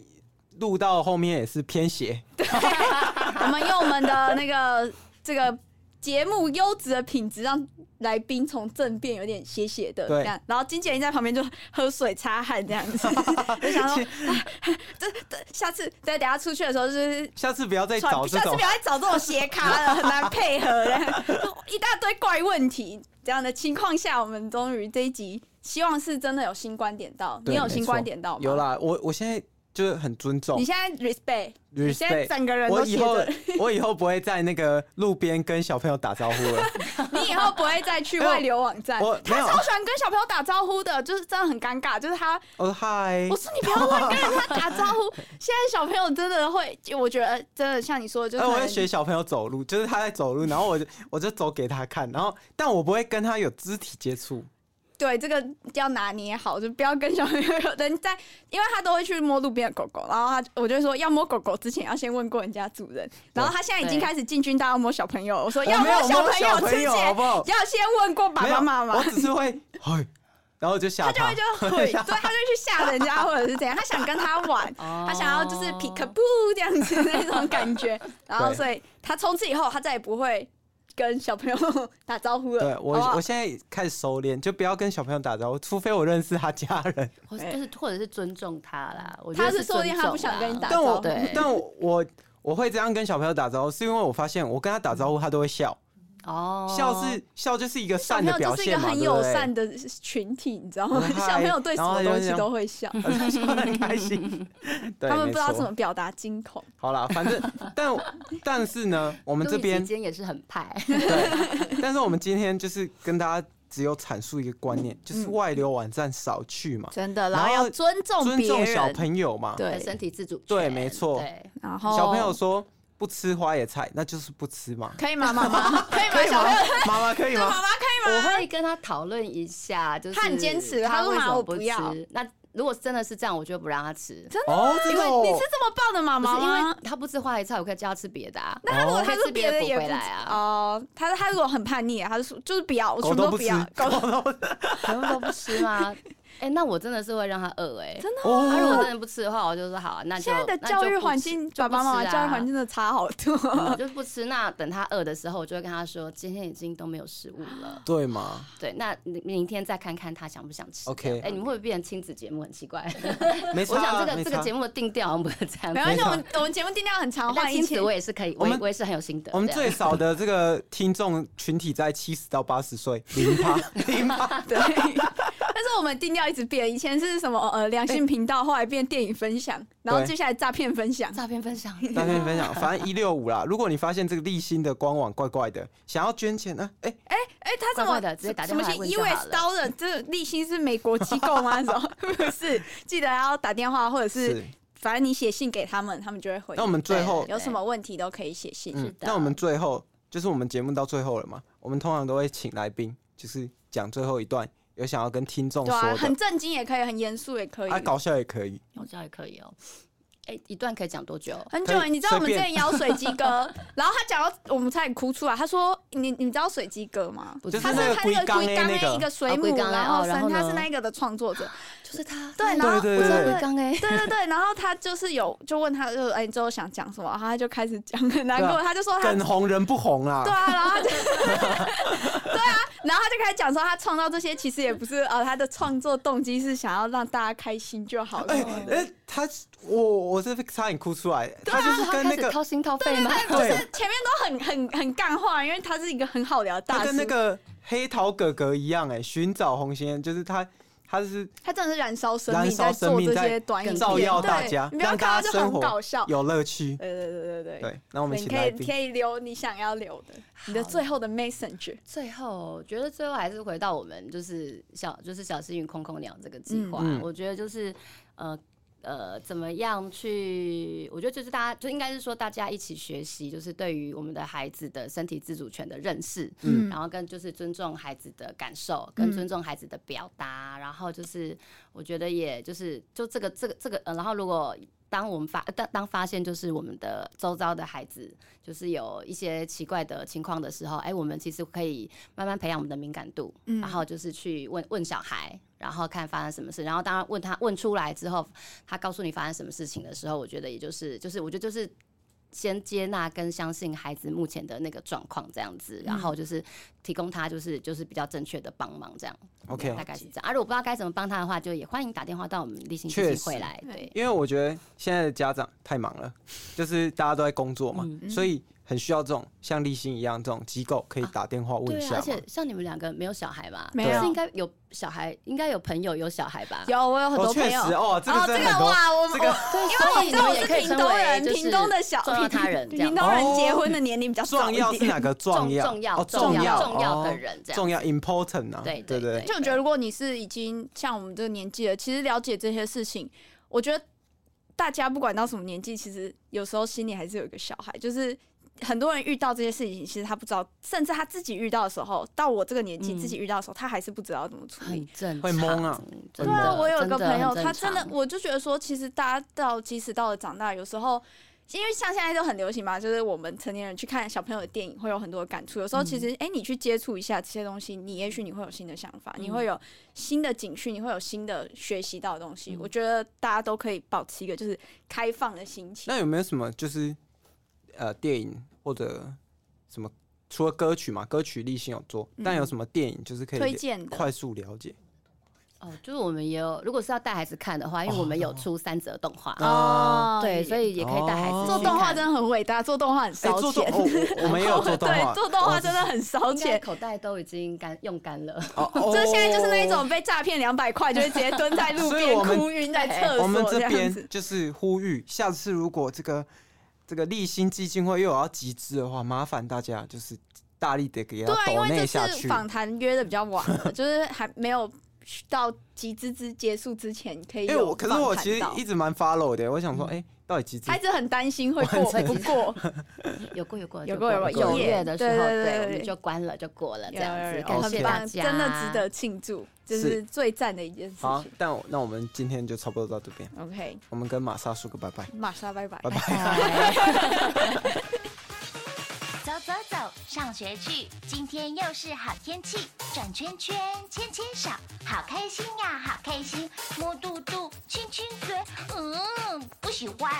录到后面也是偏斜，
我们用我们的那个这个节目优质的品质，让来宾从正变有点斜斜的
对
这样，然后经纪人在旁边就喝水擦汗这样子，就想说，啊这这下次再等下出去的时候就是。
下次不要再
穿
找这
下次
种
不要再找这种斜咖 了，很难配合 的，一大堆怪问题。这样的情况下，我们终于这一集，希望是真的有新观点到。你
对
有
没
新
错
观点到吗？
有。啦，我我现在就是很尊重
你现在 respect，你现在
respect。
整个人
我
都
以
斜
后
着，
我以后不会在那个路边跟小朋友打招呼 了。
你以后不会再去外流网站。
我没
他
有，
超喜欢跟小朋友打招呼的，就是真的很尴尬。就是他，
我说嗨
我，说你不要乱跟人家打招 呼。现在小朋友真的会，我觉得真的像你说的，就是
哎，我
可
在
能
学小朋友走路，就是他在走路，然后我就我就走给他看，然后但我不会跟他有肢体接触。
对这个要拿捏好，就不要跟小朋友有人在，因为他都会去摸路边的狗狗，然后他我就会说要摸狗狗之前要先问过人家主人，然后他现在已经开始进军到要摸小朋友，我说
我
要
呃没有
小
摸
朋
小
友
朋
之
友，好
前
不好？
要先问过爸
没
爸
有
妈妈
我。只是会嘿，然后我就吓
他就会就会，对，他就会去吓人家，或者是怎样，他想跟他 玩，
他
他想要就是皮克布这样子的那种感觉，
哦
然后所以他从此以后他再也不会跟小朋友打招呼了。
对我
好不好
我现在开始收敛，就不要跟小朋友打招呼，除非我认识他家人。
或是就是或者是尊重他啦。我觉
他
得
是说不定
尊
他不
重
想跟
啦
你打
但
招
我
呼，
对
但我我我会这样跟小朋友打招呼，是因为我发现我跟他打招呼，他都会笑，
哦，
笑是笑就是一个
小
善的
朋友
表
就是一
现
个
嘛，
很
对不
友
对
善的群体，你知道吗？
嗯嗨
小朋友对什么东西
然后他就这样
都会笑，
我就很开 心。对，
他们
没
不知道
错
怎么。表达惊恐。
好啦，反正但但是呢，我们 这边
间也是很派，
对，但是我们今天就是跟大家只有阐述一个观念，就是外流网站少去嘛，
真的，
然后
后要尊重
尊
别
重小
人，
朋友嘛。
对
身体自主权
对没错
对
然后
小朋友说不吃花野菜，那就是不吃 嘛。
可以吗？妈 妈可以吗？小朋友，
妈妈可以
对妈
吗？
妈可
我会跟他讨论一下，就是
他很坚持他说
为什
妈我
么
不
不
要
吃。那如果真的是这样，我就不让他吃。
哦，真
以，因
的
为你
哦
是，这么棒的妈
不是
妈
因为
吗？
他不吃花椰菜，我可以叫他吃别的啊。
那他如果
哦
他
可以
是
吃
别
别
的
的
也
补
不
回来啊
哦，他他如果很叛逆，啊他就说就是不要，我
狗
全部
都
不
吃
要，， 狗
狗都不吃。
全部都不吃吗？哎，那我真的是会让他饿 哎。
真的吗
他如果真
哦，
的不吃的话，我就说好啊，那就
现在的
那
教
就
育
不
环
吃
境，
就
爸
不
爸妈妈
吃啊
教育环境真的差好
嗯
多。
就不吃。那等他饿的时候，我就会跟他说，今天已经都没有食物了。
对嘛？
对，那明明天再看看他想不想吃。
OK
哎，你们会不会变成亲子节目？很奇怪。
没
我
差啊，
想这个这个节
目，
目的定调好像不是这 样子
没。关系，
没错
我们我们节目定量很长，
但
换一
亲子
千
我。也是可以，我
我
也
们
我也是很有心得。
我们
这样
最 少的这个听众群体在七十到八十岁，零趴零趴。
对，但是我们定调一直变，以前是什么呃良性频道，后来变电影分享，然后
对
接下来诈骗分享。
诈骗分享，
大家分享，反正一六五啦。如果你发现这个立新的官网怪怪的，想要捐钱呢，哎，
哎，他怎么
怪怪的直接打
什
电
么
话
是
来问就好了
US dollar？这立新是美国机构吗？什么不是？记得要打电话，或者是
是。
反正你写信给他们，他们就会回你。
那我们最后，
有什么问题都可以写信。
嗯，
的
那我们最后就是我们节目到最后了嘛，我们通常都会请来宾，就是讲最后一段有想要跟听众
对
说
啊，很
的，
震惊也可以，很严肃也可以。
啊，搞笑也可以。
我知道也可以哦。哎，一段可以讲多久？
很久
可
欸，
以
你知道我们
随
之
便
前邀水鸡哥，然后他讲到我们差点哭出来。他说：“你你知道水鸡哥吗？”
不
就
知
是
他
道
是
那个
他那个
龟缸欸
龟缸
那个
欸一个水
啊龟
母，
缸欸
然后
哦然
生
后
他
呢
是那个的创作者，
就是他，
对，然后
对对对
我真
对
的
刚哎，
对对对，然后他就是有就问他，就是哎，你之后想讲什么？然后他就开始讲，很难
对
过，
啊
他就说他
梗红人不红啦
对，啊，然后他就对啊，然后他就开始讲说，他创造这些其实也不是呃，他的创作动机是想要让大家开心就好了。
哎哎，他我我是差点哭出来，他
啊
就是跟
他
那
开始
个
掏心掏肺吗？
就
对，
是前面都很很很干话，因为他是一个很好聊的大
他
叔。
跟那个黑桃哥哥一样，哎，寻找红心，就是他他是
他真的是燃烧生
燃
命
烧
在
生
做
命
这些
在
短影片，
照耀大
对
家，
你不要
让
看
大
到
家
就
生
很搞
活
笑。
有乐趣。
对对对对对
对，那我们
所以
请
你可
来
以你
宾
可以留你想要留的，你的最后的 message。
最后，我觉得最后还是回到我们就是小就是小幸运空空鸟这个计划、
嗯嗯
我觉得就是呃呃，怎么样去？我觉得就是大家就应该是说大家一起学习，就是对于我们的孩子的身体自主权的认识，
嗯
然后跟就是尊重孩子的感受，跟
嗯
尊重孩子的表达，然后就是我觉得也就是就这个这个这个，呃、然后如果。当我们发呃当当发现就是我们的周遭的孩子就是有一些奇怪的情况的时候，哎、我们其实可以慢慢培养我们的敏感度，
嗯
然后就是去问问小孩，然后看发生什么事，然后当然问他问出来之后，他告诉你发生什么事情的时候，我觉得也就是就是我觉得就是先接纳跟相信孩子目前的那个状况这样子，然后就是提供他就是就是比较正确的帮忙这样，
OK，
大概是这样。啊，如果不知道该怎么帮他的话，就也欢迎打电话到我们立新基
确
金
实
会来，
对啊
对，
因为我觉得现在的家长太忙了，就是大家都在工作嘛，
嗯
所以很需要这种像立新一样这种机构可以打电话问一
对啊，
下
而
嘛。
且像你们两个没有小孩吧？
没
可是
有
应该有小孩，应该有朋友有小孩吧？
嗯有我有很
哦，
多
确
朋
实
友，
哦，这个
哦
真
这
的很
个
多。
哇，我
这
们
个
我
所以
因
哎你
为我
们
知道我
也可
是
以
屏
称
东
为
人，
就是
屏东的小
重要他人这样
屏东人
哦
结婚的年龄比较早
重
一
要
点
是。哪个重要？
重要
哦
重
要
要重要的人这
哦
样
重要 important 啊，
对
对
对
对
对
就我觉得，如果你是已经像我们这个年纪了，其实了解这些事情，我觉得大家不管到什么年纪，其实有时候心里还是有一个小孩，就是。很多人遇到这些事情，其实他不知道，甚至他自己遇到的时候，到我这个年纪、
嗯
自己遇到的时候，他还是不知道怎么处理
很。正常，
会懵啊
哎真
对
对
的。
啊，我有一个
真的
朋友，
很正
他真的，
常
我就觉得说，其实大家到即使到了长大，有时候。因为像现在都很流行嘛，就是我们成年人去看小朋友的电影，会有很多的感触。有时候其
嗯
实，哎、你去接触一下这些东西，你也许你会有新的想法，你会
嗯
有新的警讯，你会有新的学习到的东西。
嗯
我觉得大家都可以保持一个就是开放的心情。
那有没有什么就是呃电影或者什么？除了歌曲嘛，歌曲立新有做，但有什么电影就是可以
嗯推
了
荐的
快速了解
哦，就是我们也有，如果是要带孩子看的话，因为我们
哦
有出三折动画，
啊？
哦对，所以也可以带孩子
哦
去
做动画
看
真的很伟大，做动画很
哎，
烧
做动
钱。
哦我我们 也有做动画，
对，做动画真的很烧
应该
钱。
口袋都已经干用干 了。
哦，哦
这现在就是那一种被诈骗两百块，就会直接蹲在路
所以
边
我们哎
哭晕在 厕
我们
所
这
样子
边。就是呼吁，下次如果这个这个立新基金会又有要集资的话，麻烦大家就是大力的给
对
他
啊，因
抖内
为
下
这次
去。
访谈约的比较晚 了，就是还没有到集资之结束之前可以
因为
有
我
访
可
谈
是
到。嗯
我其实一直蛮 follow 的，我想说，哎，到底集资
他一直很担心会过
完
不
成
过，
有过有过
有过有过
有
有
月的时候，
对对对
对，我
对
们就关了就过了这样
有有
子，
有
感谢
很
大
棒，
家，
真的值得庆祝，这
是
是最赞的一件事
好
情。，
但我那我们今天就差不多到这边，
OK，
我们跟玛莎说个拜拜。
玛莎，拜拜。
拜拜
拜。
走走走，上学去！今天又是好天气，转圈圈，牵牵手，好开心呀，好开心！摸肚肚，亲亲嘴，嗯，不喜欢，